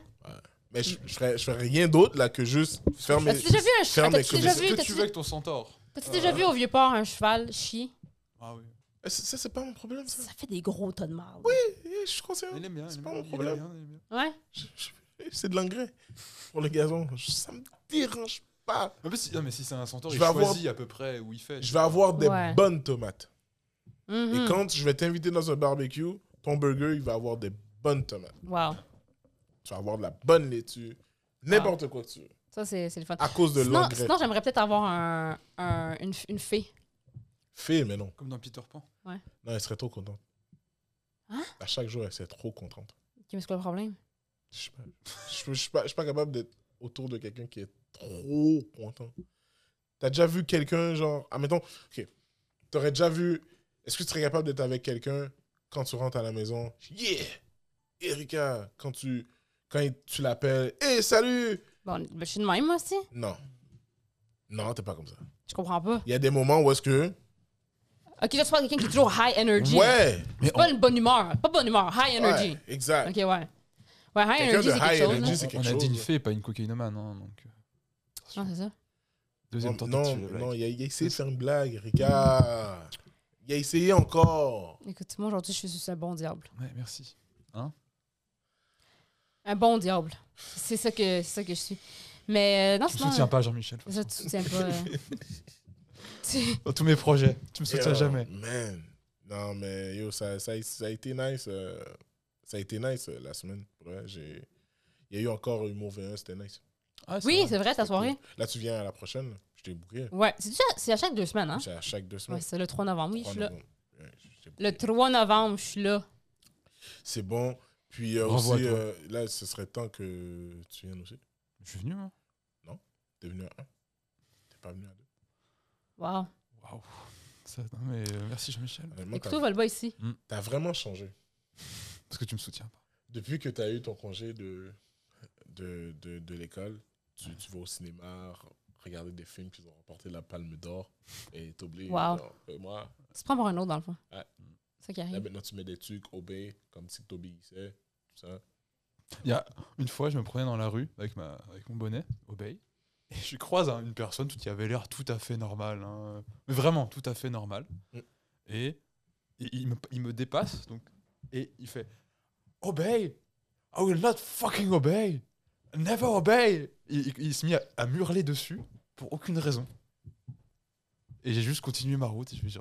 Speaker 2: Mais je, je ferais je ferais rien d'autre là que juste faire mes
Speaker 4: Mm. As-tu déjà vu un
Speaker 2: ferme
Speaker 4: cheval? As-tu
Speaker 2: les
Speaker 4: déjà
Speaker 3: Qu'est-ce
Speaker 4: vu,
Speaker 3: que
Speaker 4: t'as-tu-
Speaker 3: tu veux avec ton centaure
Speaker 4: t'as-tu
Speaker 2: Ah.
Speaker 4: déjà vu au vieux port un cheval chier?
Speaker 3: Ah oui.
Speaker 2: Eh, Ça ça, c'est pas mon problème ça.
Speaker 4: Ça fait des gros tas de marde.
Speaker 2: Eh, Je suis conscient.
Speaker 3: Il aime bien.
Speaker 2: C'est
Speaker 3: il aime
Speaker 2: pas
Speaker 3: bien,
Speaker 2: mon
Speaker 3: il aime
Speaker 2: problème.
Speaker 3: bien, il aime bien.
Speaker 4: Ouais.
Speaker 2: Je- je- C'est de l'engrais pour le gazon. Je- Ça me dérange pas.
Speaker 3: En plus, si- non, mais si c'est un centaure,
Speaker 2: Je
Speaker 3: il
Speaker 2: vais avoir-
Speaker 3: choisit à peu près où il fait.
Speaker 2: Je vais avoir des
Speaker 4: Ouais.
Speaker 2: bonnes tomates.
Speaker 4: Mhm.
Speaker 2: Et quand je vais t'inviter dans un barbecue, ton burger, il va avoir des bonnes tomates.
Speaker 4: Wow.
Speaker 2: Tu vas avoir de la bonne laitue. N'importe quoi que tu veux.
Speaker 4: Ça, c'est c'est le fun.
Speaker 2: À cause de
Speaker 4: Sinon,
Speaker 2: l'engrais.
Speaker 4: sinon j'aimerais peut-être avoir un, un- une, f- une fée.
Speaker 2: Fille, mais non.
Speaker 3: Comme dans Peter Pan.
Speaker 2: Non, elle serait trop contente.
Speaker 4: Hein?
Speaker 2: À chaque jour, elle serait trop contente.
Speaker 4: Qui me quoi le problème?
Speaker 2: Je suis pas, je- je suis pas- je suis pas capable d'être autour de quelqu'un qui est trop content. T'as déjà vu quelqu'un, genre... Admettons, OK. T'aurais déjà vu... Est-ce que tu serais capable d'être avec quelqu'un quand tu rentres à la maison? Yeah! Erika, quand tu... Quand il- tu l'appelles, hey, salut!
Speaker 4: Bon, ben, je suis de même, moi aussi.
Speaker 2: Non. Non, t'es pas comme ça.
Speaker 4: Je comprends pas.
Speaker 2: Il y a des moments où est-ce que.
Speaker 4: Ok, là, tu parles de quelqu'un qui est toujours high energy.
Speaker 2: Ouais!
Speaker 3: Mais
Speaker 4: C'est pas une bonne humeur. Pas bonne humeur. High energy.
Speaker 2: ouais, exact.
Speaker 4: Ok, ouais. Ouais, high
Speaker 2: Quelqu'un
Speaker 4: energy,
Speaker 2: de
Speaker 4: c'est
Speaker 2: high
Speaker 4: quelque chose.
Speaker 2: energy,
Speaker 4: là.
Speaker 2: c'est
Speaker 3: on
Speaker 2: quelque
Speaker 3: a dit une
Speaker 2: chose.
Speaker 3: fée, pas une cocaïnomane. hein, donc, euh,
Speaker 4: Non, c'est ça.
Speaker 3: deuxième
Speaker 2: Non, non,
Speaker 3: tentative. de blague.
Speaker 2: non, il a, il a essayé de faire une blague, Rika. Il a essayé encore.
Speaker 4: Écoute, moi, aujourd'hui, je suis juste un bon diable.
Speaker 3: Ouais, merci.
Speaker 4: Un bon diable. C'est ça que c'est ça que je suis. Mais euh, non,
Speaker 3: Tu me
Speaker 4: sinon,
Speaker 3: soutiens
Speaker 4: euh,
Speaker 3: pas, Jean-Michel. de toute
Speaker 4: Je te soutiens
Speaker 2: (laughs)
Speaker 4: pas. euh. Tu-
Speaker 3: façon. Dans tous mes projets, tu me soutiens
Speaker 2: Yo,
Speaker 3: jamais.
Speaker 2: Man. Non, mais yo, ça, ça, ça a été nice. euh, ça a été nice euh, la semaine. pour vrai. J'ai- Il y a eu encore Humour V1, c'était nice.
Speaker 3: Ah, c'est
Speaker 4: Oui,
Speaker 3: vrai.
Speaker 4: c'est vrai, ta soirée.
Speaker 2: Cool. Là, tu viens à la prochaine. là. Je t'ai booké.
Speaker 4: Ouais, c'est déjà- c'est à chaque deux semaines, hein?
Speaker 2: C'est à chaque deux
Speaker 4: Ouais,
Speaker 2: semaines.
Speaker 4: c'est le 3 novembre, oui, je
Speaker 2: Trois
Speaker 4: suis là.
Speaker 2: novembre. Ouais, je t'ai booké.
Speaker 4: Le 3 novembre, je suis là.
Speaker 2: C'est bon. Puis euh,
Speaker 3: Bravo à
Speaker 2: aussi,
Speaker 3: toi.
Speaker 2: euh, là, ce serait temps que tu viennes aussi.
Speaker 3: Je suis venu, hein. moi.
Speaker 2: T'es venu à un. T'es pas venu à deux.
Speaker 4: Wow.
Speaker 3: Waouh. Ça- non, mais euh, merci, Jean-Michel.
Speaker 2: Honnêtement,
Speaker 4: Écoute-toi,
Speaker 2: t'as-
Speaker 4: Volba ici.
Speaker 2: T'as vraiment changé.
Speaker 3: Parce que tu me soutiens pas.
Speaker 2: Depuis que tu as eu ton congé de, de, de, de l'école, tu, tu vas au cinéma r- regarder des films qui ont remporté la Palme d'Or et t'oublies.
Speaker 4: Wow.
Speaker 2: genre, euh, moi,
Speaker 4: Tu te prends pour un autre, dans le fond.
Speaker 2: Ouais.
Speaker 4: C'est ça qui
Speaker 2: là
Speaker 4: arrive.
Speaker 2: maintenant tu mets des trucs, obé, comme si t'obéissais, tout ça.
Speaker 3: Une fois, je me prenais dans la rue avec, ma, avec mon bonnet, obey, et je croise hein, une personne tout- qui avait l'air tout à fait normale, hein, mais vraiment tout à fait normale.
Speaker 2: Mm.
Speaker 3: Et, et il, me, il me dépasse, donc, et il fait Obey! I will not fucking obey! Never obey! Il, il- il s'est mis à, à me hurler dessus pour aucune raison. Et j'ai juste continué ma route, et je me dis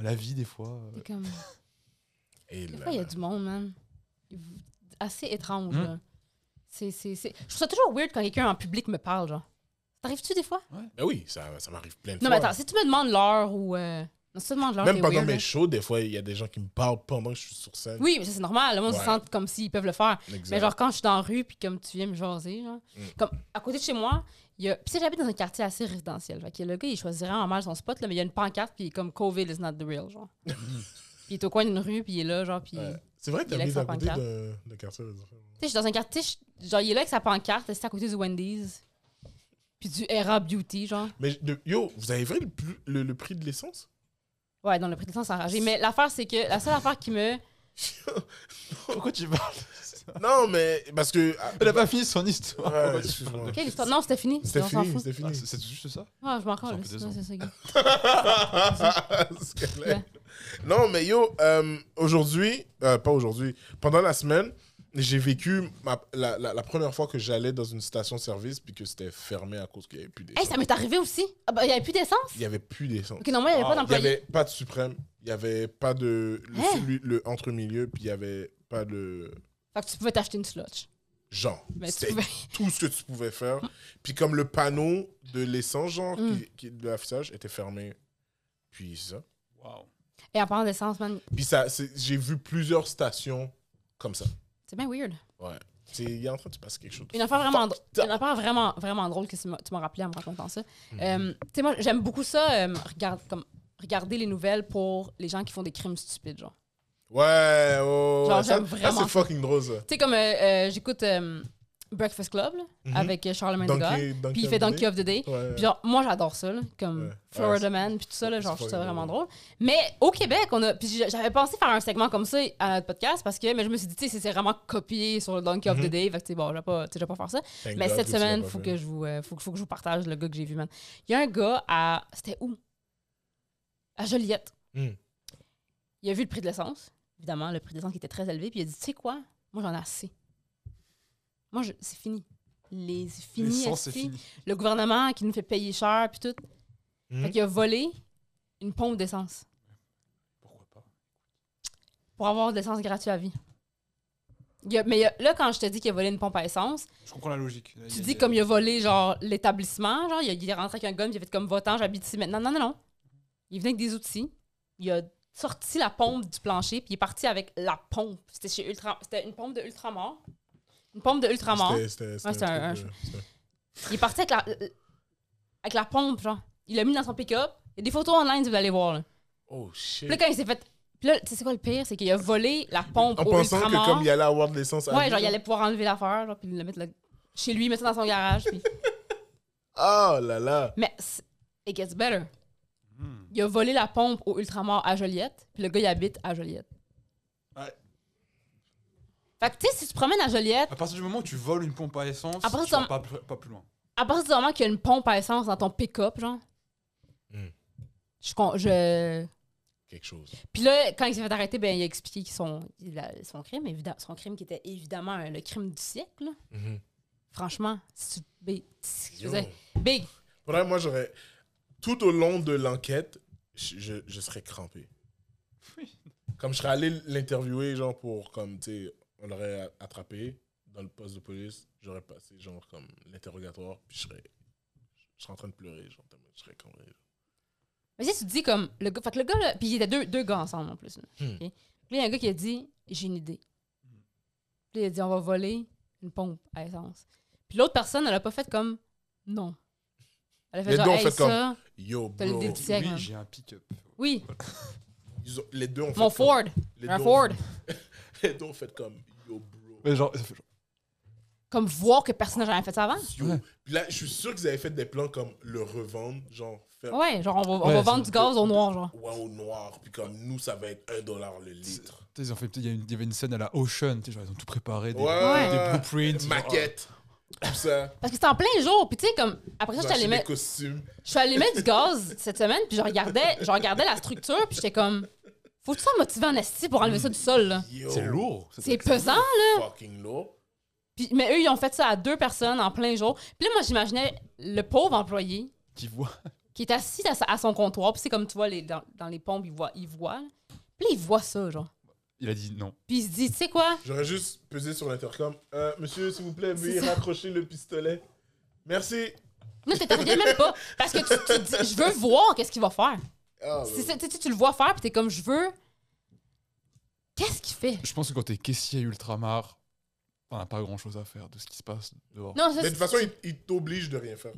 Speaker 3: La vie, des fois. euh,
Speaker 4: (laughs) C'est comme...
Speaker 2: Et
Speaker 4: Des
Speaker 2: là,
Speaker 4: fois, il y a
Speaker 2: là,
Speaker 4: du monde, man. Assez étrange,
Speaker 3: Hmm.
Speaker 4: là. C'est, c'est, c'est... Je trouve ça toujours weird quand quelqu'un en public me parle, genre. T'arrives-tu des fois?
Speaker 2: Ben oui, ça, ça m'arrive plein de
Speaker 4: Non, mais
Speaker 2: fois.
Speaker 4: attends, si tu me demandes l'heure ou. euh, Non, si tu me demandes l'heure,
Speaker 2: Même
Speaker 4: t'es
Speaker 2: pendant
Speaker 4: weird,
Speaker 2: mes
Speaker 4: là.
Speaker 2: shows, des fois, il y a des gens qui me parlent pendant que je suis sur scène.
Speaker 4: Oui, mais ça, c'est normal. Le monde se
Speaker 2: Ouais.
Speaker 4: sent comme s'ils peuvent le faire.
Speaker 2: Exact.
Speaker 4: Mais genre, quand je suis dans la rue, puis comme tu viens me jaser, genre,
Speaker 2: Mm.
Speaker 4: comme à côté de chez moi, il y a. Puis tu sais, j'habite dans un quartier assez résidentiel. Fait que le gars, il choisit vraiment mal son spot, là, mais il y a une pancarte, puis il est comme COVID is not the real,
Speaker 2: (laughs)
Speaker 4: genre. puis il est au coin d'une rue, puis il est là, genre, puis.
Speaker 2: Ouais. C'est vrai que
Speaker 4: il est
Speaker 2: t'habites à
Speaker 4: avec
Speaker 2: côté
Speaker 4: sa
Speaker 2: de, de quartier. des enfants.
Speaker 4: Tu sais, je suis dans un quartier, je- genre, il est là avec sa pancarte, c'est à côté du Wendy's, puis du Era Beauty, genre.
Speaker 2: Mais de- yo, vous avez vrai le, plus- le- le prix de l'essence
Speaker 4: Ouais, dans le prix de l'essence enragé. Mais l'affaire, c'est que la seule affaire qui me.
Speaker 3: Pourquoi tu parles
Speaker 2: Non, mais parce que. ah,
Speaker 3: Elle a pas fini son
Speaker 2: ouais,
Speaker 3: histoire. Pourquoi tu parles
Speaker 2: excuse-moi.
Speaker 4: Quelle histoire? Non, c'était fini.
Speaker 2: C'était
Speaker 4: on s'en
Speaker 2: fini,
Speaker 4: fout.
Speaker 2: c'était
Speaker 3: Ah,
Speaker 2: fini.
Speaker 3: c'est c'est juste ça
Speaker 4: Ah, je m'en
Speaker 3: Ça
Speaker 4: calme.
Speaker 3: fait deux ans.
Speaker 4: C'est ça, gars.
Speaker 2: (laughs) Ce qu'elle est. Non, mais yo, euh, aujourd'hui, euh, pas aujourd'hui, pendant la semaine, j'ai vécu ma- la, la- la première fois que j'allais dans une station-service puis que c'était fermé à cause qu'il n'y avait plus
Speaker 4: Hey,
Speaker 2: d'essence.
Speaker 4: ça m'est arrivé aussi. Ah, bah, il n'y avait plus d'essence.
Speaker 2: Il n'y avait plus d'essence.
Speaker 4: Ok, normalement, il n'y avait pas
Speaker 2: Il n'y
Speaker 4: d'employé.
Speaker 2: avait pas de suprême, il n'y avait pas de. Le,
Speaker 4: Hein?
Speaker 2: celui- le entre-milieu, puis il n'y avait pas de.
Speaker 4: Fait que tu pouvais t'acheter une slotch.
Speaker 2: Genre.
Speaker 4: Mais tu
Speaker 2: C'était
Speaker 4: pouvais.
Speaker 2: tout ce que tu pouvais faire. Puis comme le panneau de l'essence, genre,
Speaker 4: Mm.
Speaker 2: qui, qui- de l'affichage était fermé. Puis c'est ça.
Speaker 4: Et en parlant d'essence, man,
Speaker 2: Puis ça, c'est- j'ai vu plusieurs stations comme ça.
Speaker 4: c'est bien weird.
Speaker 2: Ouais. C'est- Il est en train de se passer quelque chose.
Speaker 4: Une affaire vraiment,
Speaker 2: Fuck
Speaker 4: dr-
Speaker 2: that. Mhm.
Speaker 4: une affaire vraiment, vraiment drôle que tu m'as tu m'as rappelé en me racontant ça. Euh, tu sais, moi, j'aime beaucoup ça, euh, regarde, comme, regarder les nouvelles pour les gens qui font des crimes stupides, genre.
Speaker 2: Ouais, oh,
Speaker 4: Genre,
Speaker 2: ouais. Ça,
Speaker 4: j'aime vraiment
Speaker 2: ça, c'est fucking drôle, ça.
Speaker 4: Tu sais, comme euh, euh, j'écoute euh, Breakfast Club là,
Speaker 2: Mhm.
Speaker 4: avec euh, Charlemagne de Gaulle,
Speaker 2: Donkey- Donkey
Speaker 4: puis il fait
Speaker 2: of the
Speaker 4: Donkey
Speaker 2: Day.
Speaker 4: of the Day.
Speaker 2: Ouais.
Speaker 4: Puis genre, moi, j'adore ça, là, comme
Speaker 2: Ouais. Ouais,
Speaker 4: Florida
Speaker 2: c'est-
Speaker 4: Man, puis tout ça, là,
Speaker 2: c'est
Speaker 4: genre, je trouve ça
Speaker 2: fucking
Speaker 4: vraiment
Speaker 2: drôle.
Speaker 4: drôle. Mais au Québec, on a. Puis j'a- j'avais pensé faire un segment comme ça à notre podcast, parce que mais je me suis dit, tu sais, c'est- c'est vraiment copié sur le Donkey of
Speaker 2: Mhm.
Speaker 4: the Day, fait que tu sais, bon, je vais pas, tu sais, je vais pas faire ça.
Speaker 2: Thank
Speaker 4: Mais
Speaker 2: God
Speaker 4: cette
Speaker 2: que tu l'as
Speaker 4: semaine,
Speaker 2: pas
Speaker 4: faut
Speaker 2: fait.
Speaker 4: que, je vous, euh, faut, que- faut que je vous partage le gars que j'ai vu, man. Il y a un gars à. C'était où À Joliette.
Speaker 2: Hmm.
Speaker 4: Il a vu le prix de l'essence, évidemment, le prix de l'essence qui était très élevé, puis il a dit Tu sais quoi Moi, j'en ai assez. Moi, je- c'est fini. Les, c'est fini,
Speaker 3: L'essence, c'est
Speaker 4: esti.
Speaker 3: fini.
Speaker 4: Le gouvernement qui nous fait payer cher, puis tout.
Speaker 2: Hmm.
Speaker 4: Fait qu'il a volé une pompe d'essence
Speaker 3: Pourquoi pas
Speaker 4: pour avoir de l'essence gratuite à vie. Il a- mais il a- là, quand je te dis qu'il a volé une pompe à essence,
Speaker 3: Je comprends la logique.
Speaker 4: Tu dis comme il a volé genre l'établissement, genre il, a- il est rentré avec un gun, puis il a fait comme votant, j'habite ici maintenant. Non, non, non. Il venait avec des outils. Il a sorti la pompe du plancher, puis il est parti avec la pompe. C'était chez Ultra, c'était une pompe de Ultramar. Une pompe de Ultramar.
Speaker 2: C'était- c'était- c'était
Speaker 4: Ouais, c'était
Speaker 2: un
Speaker 4: un-
Speaker 2: truc de- c'était-
Speaker 4: Il est parti avec la, avec la pompe, genre. Il l'a mis dans son pick-up. Il y a des photos online si vous allez voir. Là.
Speaker 2: Oh shit.
Speaker 4: Puis là, quand il s'est fait. Puis là, tu sais c'est quoi le pire? C'est qu'il a volé la pompe
Speaker 2: En
Speaker 4: au
Speaker 2: pensant
Speaker 4: Ultramar.
Speaker 2: que comme il allait avoir de l'essence à
Speaker 4: Ouais,
Speaker 2: vie,
Speaker 4: genre il allait pouvoir enlever l'affaire, genre, puis le mettre là- chez lui, mettre ça dans son garage. Puis...
Speaker 2: Oh là là.
Speaker 4: Mais c'est- it gets better. Il a volé la pompe au Ultramar à Joliette, puis le gars, il habite à Joliette.
Speaker 3: Ouais.
Speaker 4: Fait que, tu sais, si tu te promènes à Joliette,
Speaker 3: À partir du moment où tu voles une pompe à essence,
Speaker 4: Après,
Speaker 3: tu
Speaker 4: ça-
Speaker 3: vas pas, pl- pas plus loin.
Speaker 4: à partir du moment qu'il y a une pompe à essence dans ton pick-up, genre,
Speaker 2: Hmm.
Speaker 4: je, con- je...
Speaker 2: Quelque chose.
Speaker 4: Puis là, quand il s'est fait arrêter, ben, il a expliqué qu'ils sont- il a- son crime, évidemment, son crime qui était évidemment euh, le crime du siècle. là.
Speaker 2: Mhm.
Speaker 4: Franchement, si tu. Big, si- je
Speaker 2: Yo.
Speaker 4: faisais- big.
Speaker 2: Faudrait- moi, j'aurais. Tout au long de l'enquête, je, je- je serais crampé.
Speaker 3: Oui.
Speaker 2: Comme je serais allé l'interviewer, genre, pour, comme, tu sais, on l'aurait a- attrapé dans le poste de police, j'aurais passé, genre, comme, l'interrogatoire, puis je serais. Je serais en train de pleurer, genre, tellement je serais crampé.
Speaker 4: Mais si tu te dis comme. Le gars, fait que le gars, là, puis il était deux, deux gars ensemble en plus. Là.
Speaker 2: Hmm.
Speaker 4: OK? Puis là, il y a un gars qui a dit J'ai une idée. Puis il a dit On va voler une pompe à essence. Puis l'autre personne, elle a pas fait comme Non. Elle a fait
Speaker 2: Les deux
Speaker 4: genre
Speaker 2: ont
Speaker 4: hey,
Speaker 2: fait comme,
Speaker 4: ça.
Speaker 2: Yo,
Speaker 4: T'as le
Speaker 2: bro.
Speaker 4: dé-
Speaker 3: Oui,
Speaker 4: Tiens, hein.
Speaker 3: j'ai un pick-up.
Speaker 4: Oui,
Speaker 2: Ils ont- les deux ont fait
Speaker 4: mon
Speaker 2: comme-
Speaker 4: Ford.
Speaker 2: les
Speaker 4: Un
Speaker 2: deux ont-
Speaker 4: Ford.
Speaker 2: (laughs) Les deux ont fait comme, yo, bro.
Speaker 3: Mais genre,
Speaker 4: Comme voir que personne n'a jamais fait ça avant.
Speaker 2: Yo.
Speaker 3: Ouais.
Speaker 2: Puis là, je suis sûr qu'ils avaient fait des plans comme le revendre, genre, faire.
Speaker 4: Ouais, genre, on va, on
Speaker 3: Ouais,
Speaker 4: va
Speaker 3: c'est-
Speaker 4: vendre du gaz au noir, genre.
Speaker 2: Ouais, au noir, puis comme nous, ça va être un dollar le litre.
Speaker 3: Tu sais, ils ont fait, il y a une- il y avait une scène à la Ocean, tu sais, genre, ils ont tout préparé, des,
Speaker 2: Ouais.
Speaker 3: des blueprints. genre,
Speaker 2: maquette, tout ça.
Speaker 4: Parce que c'était en plein jour. Puis tu sais, comme, après ça, je suis
Speaker 2: Acheter
Speaker 4: allée
Speaker 2: des
Speaker 4: mettre-
Speaker 2: costumes.
Speaker 4: je suis allée mettre du gaz cette semaine, puis je regardais, je regardais la structure, puis j'étais comme, faut-tu s'en motiver en esti pour enlever ça du sol, là?
Speaker 2: Yo,
Speaker 3: ah, C'est lourd. ça doit
Speaker 4: C'est
Speaker 3: être-
Speaker 4: pesant, là.
Speaker 2: Fucking lourd.
Speaker 4: Puis, mais eux, ils ont fait ça à deux personnes en plein jour. Puis là, moi, j'imaginais le pauvre employé
Speaker 3: Qui voit.
Speaker 4: qui est assis à, sa- à son comptoir, puis c'est comme, tu vois, les, dans, dans les pompes, il voit, il voit. là. Puis là, il voit ça, genre.
Speaker 3: Il a dit non.
Speaker 4: Puis il se dit, tu sais quoi?
Speaker 2: J'aurais juste pesé sur l'intercom. Euh, monsieur, s'il vous plaît, veuillez
Speaker 4: C'est ça.
Speaker 2: raccrocher le pistolet. Merci.
Speaker 4: Non, t'interviens même pas. Parce que tu, tu dis, je veux voir qu'est-ce qu'il va faire.
Speaker 2: Ah,
Speaker 4: C'est
Speaker 2: bah,
Speaker 4: ça, tu, sais, tu le vois faire, puis t'es comme, je veux. Qu'est-ce qu'il fait?
Speaker 3: Je pense que quand t'es caissier ultramar, t'en as pas grand chose à faire de ce qui se passe dehors.
Speaker 4: Non,
Speaker 2: Mais
Speaker 4: ça,
Speaker 2: de toute
Speaker 4: c'est-
Speaker 2: façon, il, il t'oblige de rien faire.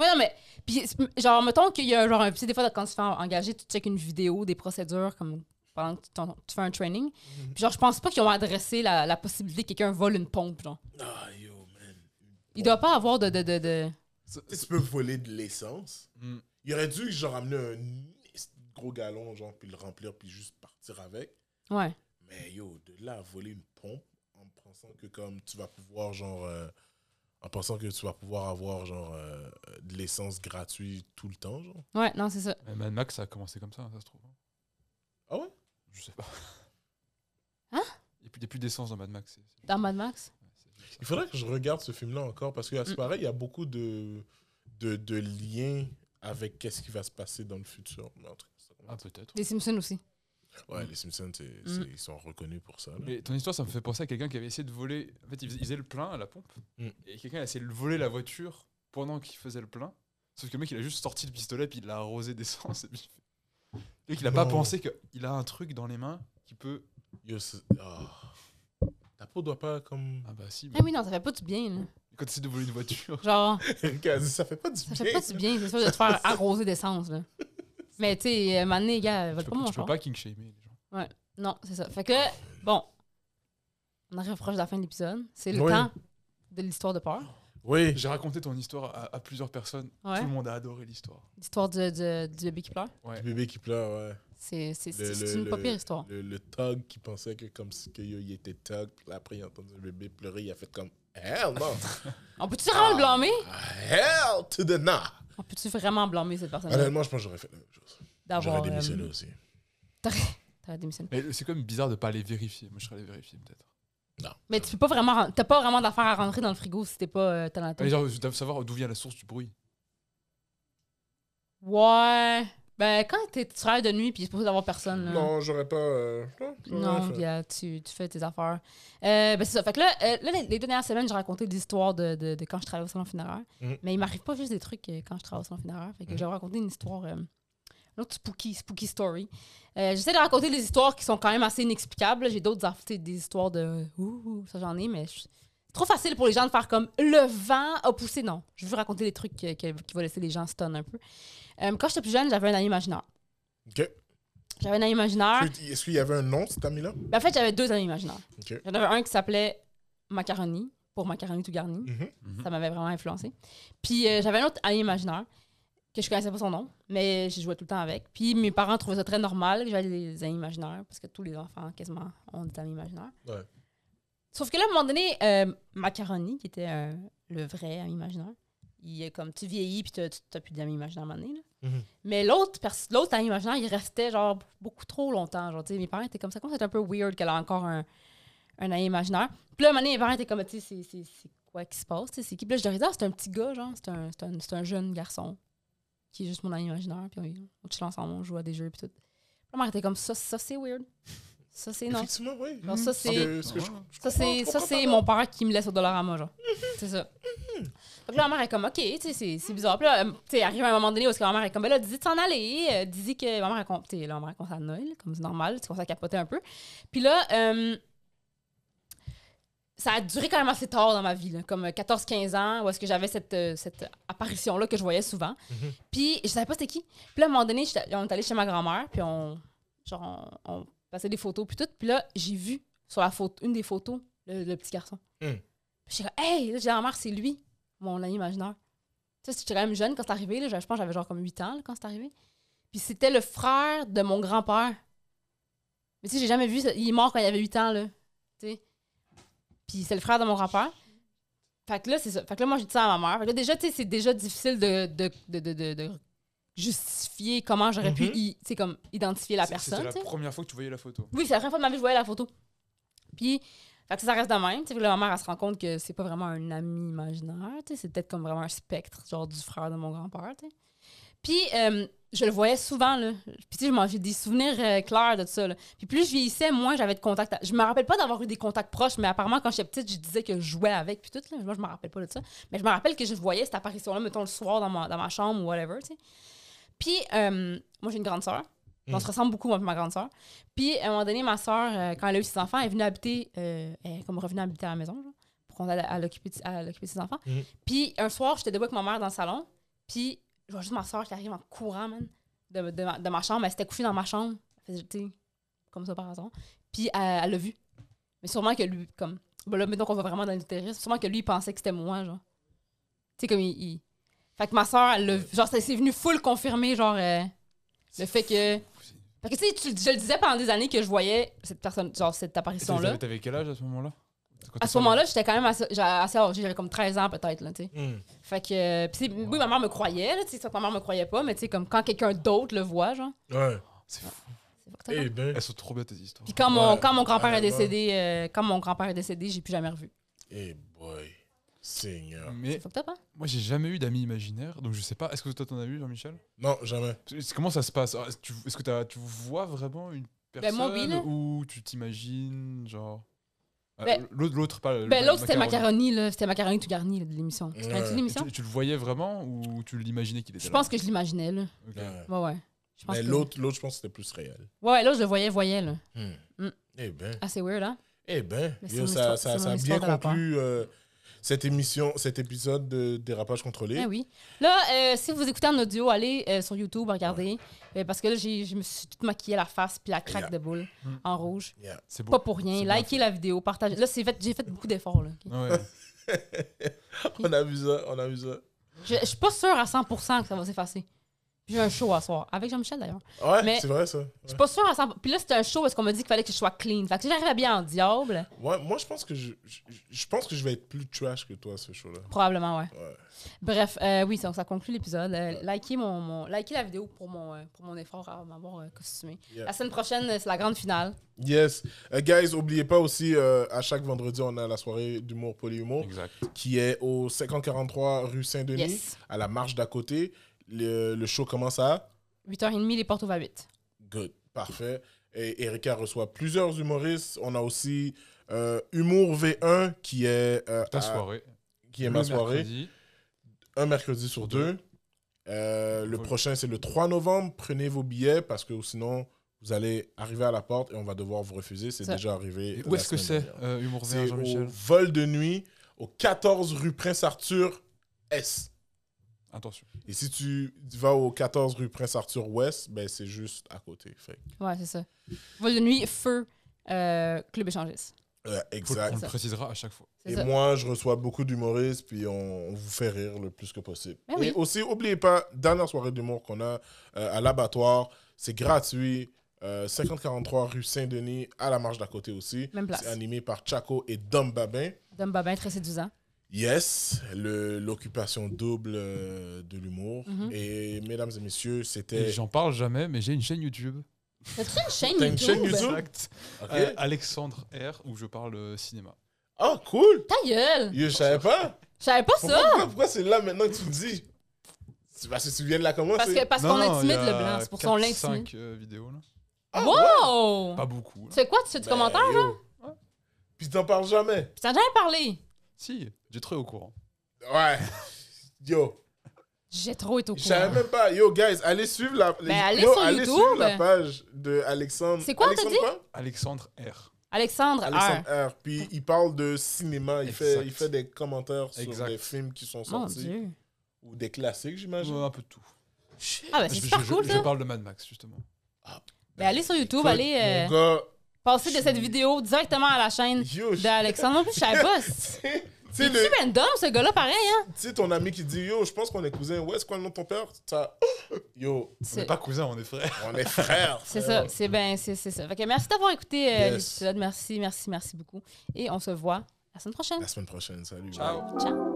Speaker 4: Ouais, non, mais. Puis, c'est- genre, mettons qu'il y a genre un. Tu sais, des fois, quand tu te fais engager, tu checkes une vidéo des procédures, comme pendant que tu, t'en- tu fais un training. Puis, genre, je pense pas qu'ils ont adressé la, la possibilité que quelqu'un vole une pompe, genre.
Speaker 2: Ah, yo, man.
Speaker 4: Il doit pas avoir de. de, de, de-
Speaker 2: Tu sais, tu peux voler de l'essence.
Speaker 3: Hmm.
Speaker 2: Il aurait dû, genre, amener un gros galon, genre, puis le remplir, puis juste partir avec.
Speaker 4: Ouais.
Speaker 2: Mais yo, de là à voler une pompe en pensant que comme tu vas pouvoir genre euh, en pensant que tu vas pouvoir avoir genre euh, euh, de l'essence gratuite tout le temps genre.
Speaker 4: Ouais, non, c'est ça.
Speaker 3: Mais Mad Max, ça a commencé comme ça, ça se trouve.
Speaker 2: Ah ouais?
Speaker 3: Je sais pas.
Speaker 4: Hein
Speaker 3: Il n'y a plus- il y a plus d'essence dans Mad Max. c'est- c'est-
Speaker 4: Dans Mad Max.
Speaker 3: ouais, c'est-
Speaker 2: Il faudrait que je regarde ce film là encore parce que à ce
Speaker 4: Mm.
Speaker 2: pareil, il y a beaucoup de de, de liens avec qu'est-ce qui va se passer dans le futur. Mais en tout cas, ça
Speaker 3: Ah,
Speaker 2: commence.
Speaker 3: peut-être.
Speaker 4: Les Simpsons aussi.
Speaker 2: ouais, les Simpsons c'est-
Speaker 4: Mm.
Speaker 2: c'est- ils sont reconnus pour ça. là.
Speaker 3: Mais ton histoire, ça me fait penser à quelqu'un qui avait essayé de voler. En fait, il faisait, il faisait le plein à la pompe.
Speaker 2: Mm.
Speaker 3: Et quelqu'un a essayé de voler la voiture pendant qu'il faisait le plein. Sauf que le mec, il a juste sorti le pistolet, puis il l'a arrosé d'essence. Et puis... Le mec, il a pas
Speaker 2: Non.
Speaker 3: pensé qu'il a un truc dans les mains qui peut.
Speaker 2: Yo, c'est- ah. ta peau doit pas comme
Speaker 3: Ah bah si, mais
Speaker 4: Ah oui, non, ça fait pas du bien, là.
Speaker 3: quand tu essaies de voler une
Speaker 4: (laughs)
Speaker 3: voiture.
Speaker 4: Genre,
Speaker 2: (laughs) ça fait pas du
Speaker 4: Ah. ça
Speaker 2: bien.
Speaker 4: fait pas du bien, c'est sûr, de te faire arroser d'essence, là. Mais, tu sais, euh, Mané, gars,
Speaker 3: Tu
Speaker 4: vole
Speaker 3: peux,
Speaker 4: pas mon
Speaker 3: tu peux
Speaker 4: char.
Speaker 3: pas king shamer les gens.
Speaker 4: Non, c'est ça. Fait que, bon, on arrive proche de la fin de l'épisode. C'est le
Speaker 2: Oui.
Speaker 4: temps de l'histoire de peur.
Speaker 2: Oui.
Speaker 3: J'ai raconté ton histoire à, à plusieurs personnes.
Speaker 4: Ouais.
Speaker 3: Tout le monde a adoré l'histoire.
Speaker 4: L'histoire du, du, du bébé qui pleure.
Speaker 2: Le bébé qui pleure, ouais.
Speaker 4: C'est c'est-
Speaker 2: Le-
Speaker 4: c'est- c'est
Speaker 2: le-
Speaker 4: une pas
Speaker 2: le-
Speaker 4: pire histoire.
Speaker 2: Le, le thug qui pensait que comme si que, yo, il était thug, puis là, après il a entendu le bébé pleurer, il a fait comme Hell
Speaker 4: (laughs)
Speaker 2: non!
Speaker 4: On peut-tu
Speaker 2: Ah.
Speaker 4: vraiment le blâmer?
Speaker 2: Hell to the nah!
Speaker 4: On peut-tu vraiment blâmer cette personne-là
Speaker 2: Honnêtement, je pense que j'aurais fait la même chose. J'aurais
Speaker 4: d'avoir.
Speaker 2: démissionné
Speaker 4: euh,
Speaker 2: aussi.
Speaker 4: t'aurais démissionné.
Speaker 3: Mais c'est quand même bizarre de pas les vérifier. Moi, je serais allé vérifier peut-être.
Speaker 4: Mais tu peux pas vraiment. ren- T'as pas vraiment d'affaires à rentrer dans le frigo si t'es pas euh, talentueux.
Speaker 3: Mais genre, je dois savoir d'où vient la source du bruit.
Speaker 4: Ouais. Ben, quand t'es- tu travailles de nuit puis il est supposé d'avoir personne. là.
Speaker 2: Non, j'aurais pas. euh, j'aurais
Speaker 4: Non,
Speaker 2: rien fait.
Speaker 4: gars, tu, tu fais tes affaires. Euh, ben, c'est ça. Fait que là, euh, là, les, les deux dernières semaines, j'ai raconté des histoires de, de, de quand je travaillais au salon funéraire.
Speaker 2: Mhm.
Speaker 4: Mais il m'arrive pas juste des trucs euh, quand je travaille au salon funéraire. Fait que j'ai raconté une histoire, euh, une autre spooky, spooky story. Euh, J'essaie de raconter des histoires qui sont quand même assez inexplicables. J'ai d'autres, aff- tu sais, des histoires de ouh, ça j'en ai, mais je- c'est trop facile pour les gens de faire comme le vent a poussé. Non, je veux raconter des trucs euh, que- que- qui vont laisser les gens stun un peu. Euh, quand j'étais plus jeune, j'avais un ami imaginaire.
Speaker 2: Ok.
Speaker 4: J'avais un ami imaginaire.
Speaker 2: Est-ce que- Est-ce qu'il y avait un nom, cet ami-là?
Speaker 4: Ben, en fait, j'avais deux amis imaginaires.
Speaker 2: Ok.
Speaker 4: J'en avais un qui s'appelait Macaroni, pour Macaroni tout garni.
Speaker 2: Mhm.
Speaker 4: Ça m'avait vraiment influencé. Puis euh, j'avais un autre ami imaginaire, que je connaissais pas son nom, mais je jouais tout le temps avec. Puis mes parents trouvaient ça très normal que j'avais des amis imaginaires, parce que tous les enfants, quasiment, ont des amis imaginaires.
Speaker 2: Ouais.
Speaker 4: Sauf que là, à un moment donné, euh, Macaroni, qui était euh, le vrai ami imaginaire, il est comme, tu vieillis, puis t'as- tu n'as plus d'amis imaginaires à un moment donné. là.
Speaker 2: Mhm.
Speaker 4: Mais l'autre pers- l'autre ami imaginaire, il restait genre beaucoup trop longtemps. Genre, tu sais, mes parents étaient comme ça, comme c'était un peu weird qu'elle a encore un, un ami imaginaire. Puis là, à un moment donné, mes parents étaient comme, tu sais, c'est- c'est c'est quoi qui se passe, tu sais, c'est qui. Puis là, je devrais dire, Ah, c'est un petit gars, genre, c'est un, c'est un, c'est un jeune garçon qui est juste mon ami imaginaire. Puis on, on chill ensemble, on joue à des jeux, puis tout. Puis on m'arrêtait comme ça, ça c'est weird. Ça c'est non.
Speaker 2: Effectivement, oui.
Speaker 4: Non, ça,
Speaker 2: Parce
Speaker 4: c'est-
Speaker 2: que- ce que je-
Speaker 4: Ça, c'est,
Speaker 2: comprends Mhm.
Speaker 4: ça, c'est mon père qui me laisse au dollar à moi, genre. c'est ça. Donc là, ma mère est comme, OK, tu sais, c'est, c'est bizarre. Puis là, euh, tu sais, arrive à un moment donné où est-ce que ma mère est comme, ben là, dis-y de s'en aller. euh, dis-y que ma mère raconte, tu sais, là, on me raconte à Noël, comme c'est normal, tu commences à capoter un peu. Puis là, euh, ça a duré quand même assez tard dans ma vie, là, comme 14-15 ans, où est-ce que j'avais cette, euh, cette apparition-là que je voyais souvent.
Speaker 2: Mhm.
Speaker 4: Puis je savais pas c'était qui. Puis là, à un moment donné, j'étais- on est allé chez ma grand-mère, puis on, genre, on, on passait des photos, puis tout. Puis là, j'ai vu sur la photo, une des photos, le, le petit garçon.
Speaker 2: Hmm.
Speaker 4: Puis j'étais comme, hey, là, j'ai la marre, c'est lui, mon ami imaginaire. Tu sais, j'étais quand même jeune quand c'est arrivé, là, je pense que j'avais genre comme 8 ans là, quand c'est arrivé. Puis c'était le frère de mon grand-père. Mais tu sais, j'ai jamais vu, ça. il est mort quand il avait 8 ans, là. Tu sais. Puis c'est le frère de mon grand-père. Fait que là, c'est ça. Fait que là, moi, j'ai dit ça à ma mère. Fait que là, déjà, tu sais, c'est déjà difficile de, de, de, de, de- de justifier comment j'aurais
Speaker 2: Mhm.
Speaker 4: pu, i- tu sais, comme, identifier la
Speaker 3: Mm-hmm. C'est-
Speaker 4: personne. tu
Speaker 3: C'était
Speaker 4: sais.
Speaker 3: la première fois que tu voyais la photo.
Speaker 4: Oui, c'est la première fois de ma vie que je voyais la photo. Puis, fait que ça reste de même. Tu sais, là, ma mère, elle se rend compte que c'est pas vraiment un ami imaginaire. tu sais, C'est peut-être comme vraiment un spectre, genre du frère de mon grand-père. tu sais. Puis, euh, je le voyais souvent. Là. Puis, tu sais, je m'en- j'ai des souvenirs euh, clairs de tout ça. là. Puis, plus je vieillissais, moins j'avais de contacts. à- Je me rappelle pas d'avoir eu des contacts proches, mais apparemment, quand j'étais petite, je disais que je jouais avec. Puis, tout. Là. Moi, je me rappelle pas de ça. Mais je me rappelle que je voyais cette apparition-là, mettons, le soir dans ma, dans ma chambre ou whatever. tu sais. Puis, euh, moi, j'ai une grande sœur. On
Speaker 2: Mm.
Speaker 4: se ressemble beaucoup, moi et ma grande sœur. Puis, à un moment donné, ma sœur, euh, quand elle a eu ses enfants, elle est venue habiter, euh, elle est comme revenue habiter à la maison, genre, pour qu'on aille à l'occuper de- à l'occuper de ses enfants.
Speaker 2: Mhm.
Speaker 4: Puis, un soir, j'étais debout avec ma mère dans le salon, puis je vois juste ma sœur qui arrive en courant, man, de, de ma, de ma chambre. Elle s'était couchée dans ma chambre, Elle faisait, tu sais, comme ça par hasard. Puis, elle elle l'a vu. Mais sûrement que lui, comme, bon là, mettons qu'on va vraiment dans l'utérisme, sûrement que lui, il pensait que c'était moi, genre. Tu sais, comme il, il- Fait que ma sœur, elle l'a vu. Genre, c'est- c'est venu full confirmer, genre, euh, le fait que. Parce que tu sais, tu- je le disais pendant des années que je voyais cette personne, genre cette
Speaker 3: Et
Speaker 4: apparition-là.
Speaker 3: T'avais t'avais quel âge à ce moment-là Quand
Speaker 4: À
Speaker 3: t'as
Speaker 4: ce moment-là, j'étais quand même assez, j'avais assez âgée, j'avais comme 13 ans peut-être, là, tu sais.
Speaker 2: Hmm.
Speaker 4: Fait que, euh, pis c'est- oui, ma mère me croyait, là, tu sais, c'est pas que ma mère me croyait pas, mais tu sais, comme quand quelqu'un d'autre le voit, genre.
Speaker 2: Ouais.
Speaker 3: C'est fou.
Speaker 4: c'est fucked up, hein.
Speaker 2: Eh ben.
Speaker 3: Elles sont trop belles tes histoires.
Speaker 4: Puis quand mon,
Speaker 2: Ouais.
Speaker 4: quand mon grand-père
Speaker 2: Ouais,
Speaker 4: est décédé, euh, quand mon grand-père est décédé, j'ai plus jamais revu.
Speaker 2: Eh boy. Seigneur.
Speaker 4: C'est
Speaker 3: Mais
Speaker 4: fucked up, hein?
Speaker 3: moi, j'ai jamais eu d'amis imaginaires, donc je sais pas. Est-ce que toi, t'en as eu, Jean-Michel
Speaker 2: Non, jamais.
Speaker 3: C'est- Comment ça se passe Ah, est-ce que tu- Est-ce que t'as- tu vois vraiment une
Speaker 4: Ben,
Speaker 3: personne
Speaker 4: moi, oui, là.
Speaker 3: où tu t'imagines, genre. Ah,
Speaker 4: Ben-
Speaker 3: l'autre, l'autre, pas le-
Speaker 4: Ben,
Speaker 3: le
Speaker 4: l'autre, c'était
Speaker 3: macaroni.
Speaker 4: Macaroni, là. C'était Macaroni tout garni, là, de l'émission. Tu
Speaker 2: Ouais.
Speaker 4: connais-tu l'émission?
Speaker 3: Tu, tu le voyais vraiment ou tu l'imaginais qu'il était là
Speaker 4: Je pense que je l'imaginais, là.
Speaker 3: Ok.
Speaker 2: Ouais.
Speaker 4: Ouais, ouais. Je pense
Speaker 2: Mais
Speaker 4: que-
Speaker 2: Ben, l'autre, l'autre, je pense que c'était plus réel.
Speaker 4: Ouais, ouais, l'autre, je le voyais, voyais, là.
Speaker 2: Hmm.
Speaker 4: Hmm.
Speaker 2: Eh ben.
Speaker 4: Assez weird, hein?
Speaker 2: Eh ben.
Speaker 4: Mais c'est
Speaker 2: Yo,
Speaker 4: mon
Speaker 2: ça,
Speaker 4: histoire-
Speaker 2: ça,
Speaker 4: c'est
Speaker 2: ça
Speaker 4: mon
Speaker 2: a bien
Speaker 4: histoire de la
Speaker 2: conclu euh, cette émission, cet épisode de Dérapage contrôlé.
Speaker 4: Ah oui. Là, euh, si vous écoutez en audio, allez euh, sur YouTube, regardez. Euh, parce que là, j'ai- je me suis toute maquillée la face puis la craque
Speaker 2: Yeah. Mm.
Speaker 4: de boule
Speaker 3: Hmm.
Speaker 4: en rouge.
Speaker 2: Yeah.
Speaker 3: C'est beau.
Speaker 4: Pas pour rien.
Speaker 3: C'est bien
Speaker 4: Likez la vidéo, partagez. Là, c'est fait- j'ai fait beaucoup d'efforts. là.
Speaker 3: fait. Ouais.
Speaker 4: Ah,
Speaker 2: (laughs) On a vu ça, on a vu ça.
Speaker 4: Je, je suis pas sûre à 100% que ça va s'effacer. J'ai un show à soir, avec Jean-Michel d'ailleurs.
Speaker 2: Ouais,
Speaker 4: Mais-
Speaker 2: c'est vrai ça. Ouais.
Speaker 4: Je suis pas sûre à 100%. Puis là, c'était un show où est-ce qu'on m'a dit qu'il fallait que je sois clean. Fait que si j'arrive à bien en diable,
Speaker 2: Ouais, moi, je pense que je, je, je pense que je vais être plus trash que toi ce show-là.
Speaker 4: probablement, ouais.
Speaker 2: Ouais.
Speaker 4: Bref, euh, oui, ça, ça conclut l'épisode. Euh, likez, mon, mon- likez la vidéo pour mon, euh, pour mon effort à m'avoir euh, costumé.
Speaker 2: Yeah.
Speaker 4: La semaine prochaine, euh, c'est la grande finale.
Speaker 2: Yes. Euh, guys, oubliez pas aussi, euh, à chaque vendredi, on a la soirée d'humour polyhumour
Speaker 3: Exact.
Speaker 2: qui est au 5043 rue Saint-Denis,
Speaker 4: Yes.
Speaker 2: à la marche d'à côté. Le, le show commence à
Speaker 4: 8h30, les portes ouvrent à 8.
Speaker 2: Good. Parfait. Et Erika reçoit plusieurs humoristes. On a aussi euh, Humour V1 qui est, euh,
Speaker 3: Ta
Speaker 2: à-
Speaker 3: soirée.
Speaker 2: qui est ma
Speaker 3: Le
Speaker 2: soirée.
Speaker 3: mercredi.
Speaker 2: un mercredi sur
Speaker 3: Sur deux.
Speaker 2: deux. Euh, le
Speaker 3: Cool.
Speaker 2: prochain, c'est le 3 novembre. Prenez vos billets parce que sinon, vous allez arriver à la porte et on va devoir vous refuser. C'est
Speaker 4: Ça.
Speaker 2: déjà arrivé.
Speaker 3: Et
Speaker 2: la
Speaker 3: où est-ce que
Speaker 2: semaine
Speaker 3: c'est,
Speaker 2: dernière.
Speaker 3: euh, Humour
Speaker 2: C'est
Speaker 3: Vert,
Speaker 2: au
Speaker 3: Jean-Michel
Speaker 2: vol de nuit, au 14 rue Prince-Arthur S.
Speaker 3: Attention.
Speaker 2: Et si tu vas au 14 rue Prince-Arthur Ouest, ben c'est juste à côté. Fait. que,
Speaker 4: Ouais, c'est ça. Vol de nuit, feu, euh, club échangiste.
Speaker 2: euh,
Speaker 3: Faut-
Speaker 2: exact.
Speaker 3: on le précisera à chaque fois.
Speaker 4: C'est
Speaker 2: Et
Speaker 4: ça.
Speaker 2: moi, je reçois beaucoup d'humoristes, puis on, on vous fait rire le plus que possible.
Speaker 4: Mais
Speaker 2: et
Speaker 4: Ben oui.
Speaker 2: aussi, n'oubliez pas, dernière soirée d'humour qu'on a euh, à l'abattoir, c'est gratuit. euh, 5043 rue Saint-Denis, à la marche d'à côté aussi.
Speaker 4: Même place.
Speaker 2: C'est animé par Chaco et Dom Babin.
Speaker 4: Dom Babin, très séduisant.
Speaker 2: Yes, le- l'occupation double euh, de l'humour.
Speaker 4: Mhm.
Speaker 2: Et mesdames et messieurs,
Speaker 3: Et
Speaker 2: c'était.
Speaker 3: j'en parle jamais, mais j'ai une chaîne YouTube.
Speaker 4: T'as-tu une chaîne
Speaker 2: T'as une chaîne
Speaker 4: YouTube?
Speaker 2: YouTube?
Speaker 3: Exact.
Speaker 2: Ok.
Speaker 3: Euh, Alexandre R, où je parle euh, cinéma.
Speaker 2: Ah, cool.
Speaker 4: Ta gueule!
Speaker 2: Yo, je savais pas.
Speaker 4: Je savais pas
Speaker 2: Pourquoi,
Speaker 4: ça!
Speaker 2: pourquoi, pourquoi c'est là maintenant que tu me dis C'est parce que tu viens de la commencer.
Speaker 4: Parce que- parce qu'on intimide le blanc, c'est pour ça qu'on l'intimide.
Speaker 3: 5 euh, vidéos là.
Speaker 2: Ah,
Speaker 4: Wow!
Speaker 3: Pas beaucoup.
Speaker 4: Tu
Speaker 3: là.
Speaker 4: fais quoi? Tu fais du
Speaker 2: Ben,
Speaker 4: commentaire, genre?
Speaker 2: yo. Puis t'en parles jamais.
Speaker 4: Puis t'en as jamais parlé!
Speaker 3: Si, j'ai très au courant.
Speaker 2: Ouais. (laughs) Yo.
Speaker 4: J'ai trop été au
Speaker 2: Je
Speaker 4: courant. Ben,
Speaker 2: savais même pas. Yo, guys, allez suivre la, les-
Speaker 4: allez
Speaker 2: yo,
Speaker 4: sur YouTube.
Speaker 2: suivre la page de Alexandre.
Speaker 4: C'est quoi, t'as
Speaker 2: Alexandre
Speaker 4: dit
Speaker 2: quoi?
Speaker 3: Alexandre R.
Speaker 4: Alexandre, R.
Speaker 2: Alexandre R. Puis il parle de cinéma. Il,
Speaker 3: Exact.
Speaker 2: fait, il fait des commentaires sur
Speaker 3: Exact.
Speaker 2: des films qui sont
Speaker 4: Mon
Speaker 2: sortis.
Speaker 4: dieu.
Speaker 2: Ou des classiques, j'imagine.
Speaker 3: Ouais, Euh, un peu de tout.
Speaker 4: Ah,
Speaker 3: Je,
Speaker 4: ben c'est
Speaker 3: je-
Speaker 4: super
Speaker 3: je-
Speaker 4: cool,
Speaker 3: je
Speaker 4: ça.
Speaker 3: parle de Mad Max justement.
Speaker 4: Ben, allez sur YouTube,
Speaker 2: Écoute,
Speaker 4: allez euh,
Speaker 2: Mon gars,
Speaker 4: (laughs) passer de cette vidéo directement à la chaîne
Speaker 2: yo, je-
Speaker 4: d'Alexandre. Non plus, je savais pas.
Speaker 2: (laughs) tu
Speaker 4: C'est
Speaker 2: sais, le-
Speaker 4: tu ben dumb, ce gars-là, pareil, hein?
Speaker 2: tu sais, ton ami qui dit Yo, je pense qu'on est cousins. Ouais, c'est quoi le nom de ton père Ça- (gasps) Yo,
Speaker 3: On n'est
Speaker 4: C'est-
Speaker 3: pas cousins, on est frères.
Speaker 2: on est frères.
Speaker 4: C'est ça,
Speaker 2: frère.
Speaker 4: c'est ben, c'est c'est ça. Fait que merci d'avoir écouté euh,
Speaker 2: Yes.
Speaker 4: l'épisode. Merci, merci, merci beaucoup. Et on se voit la semaine prochaine.
Speaker 2: La semaine prochaine, salut.
Speaker 3: Ciao.
Speaker 4: Ciao!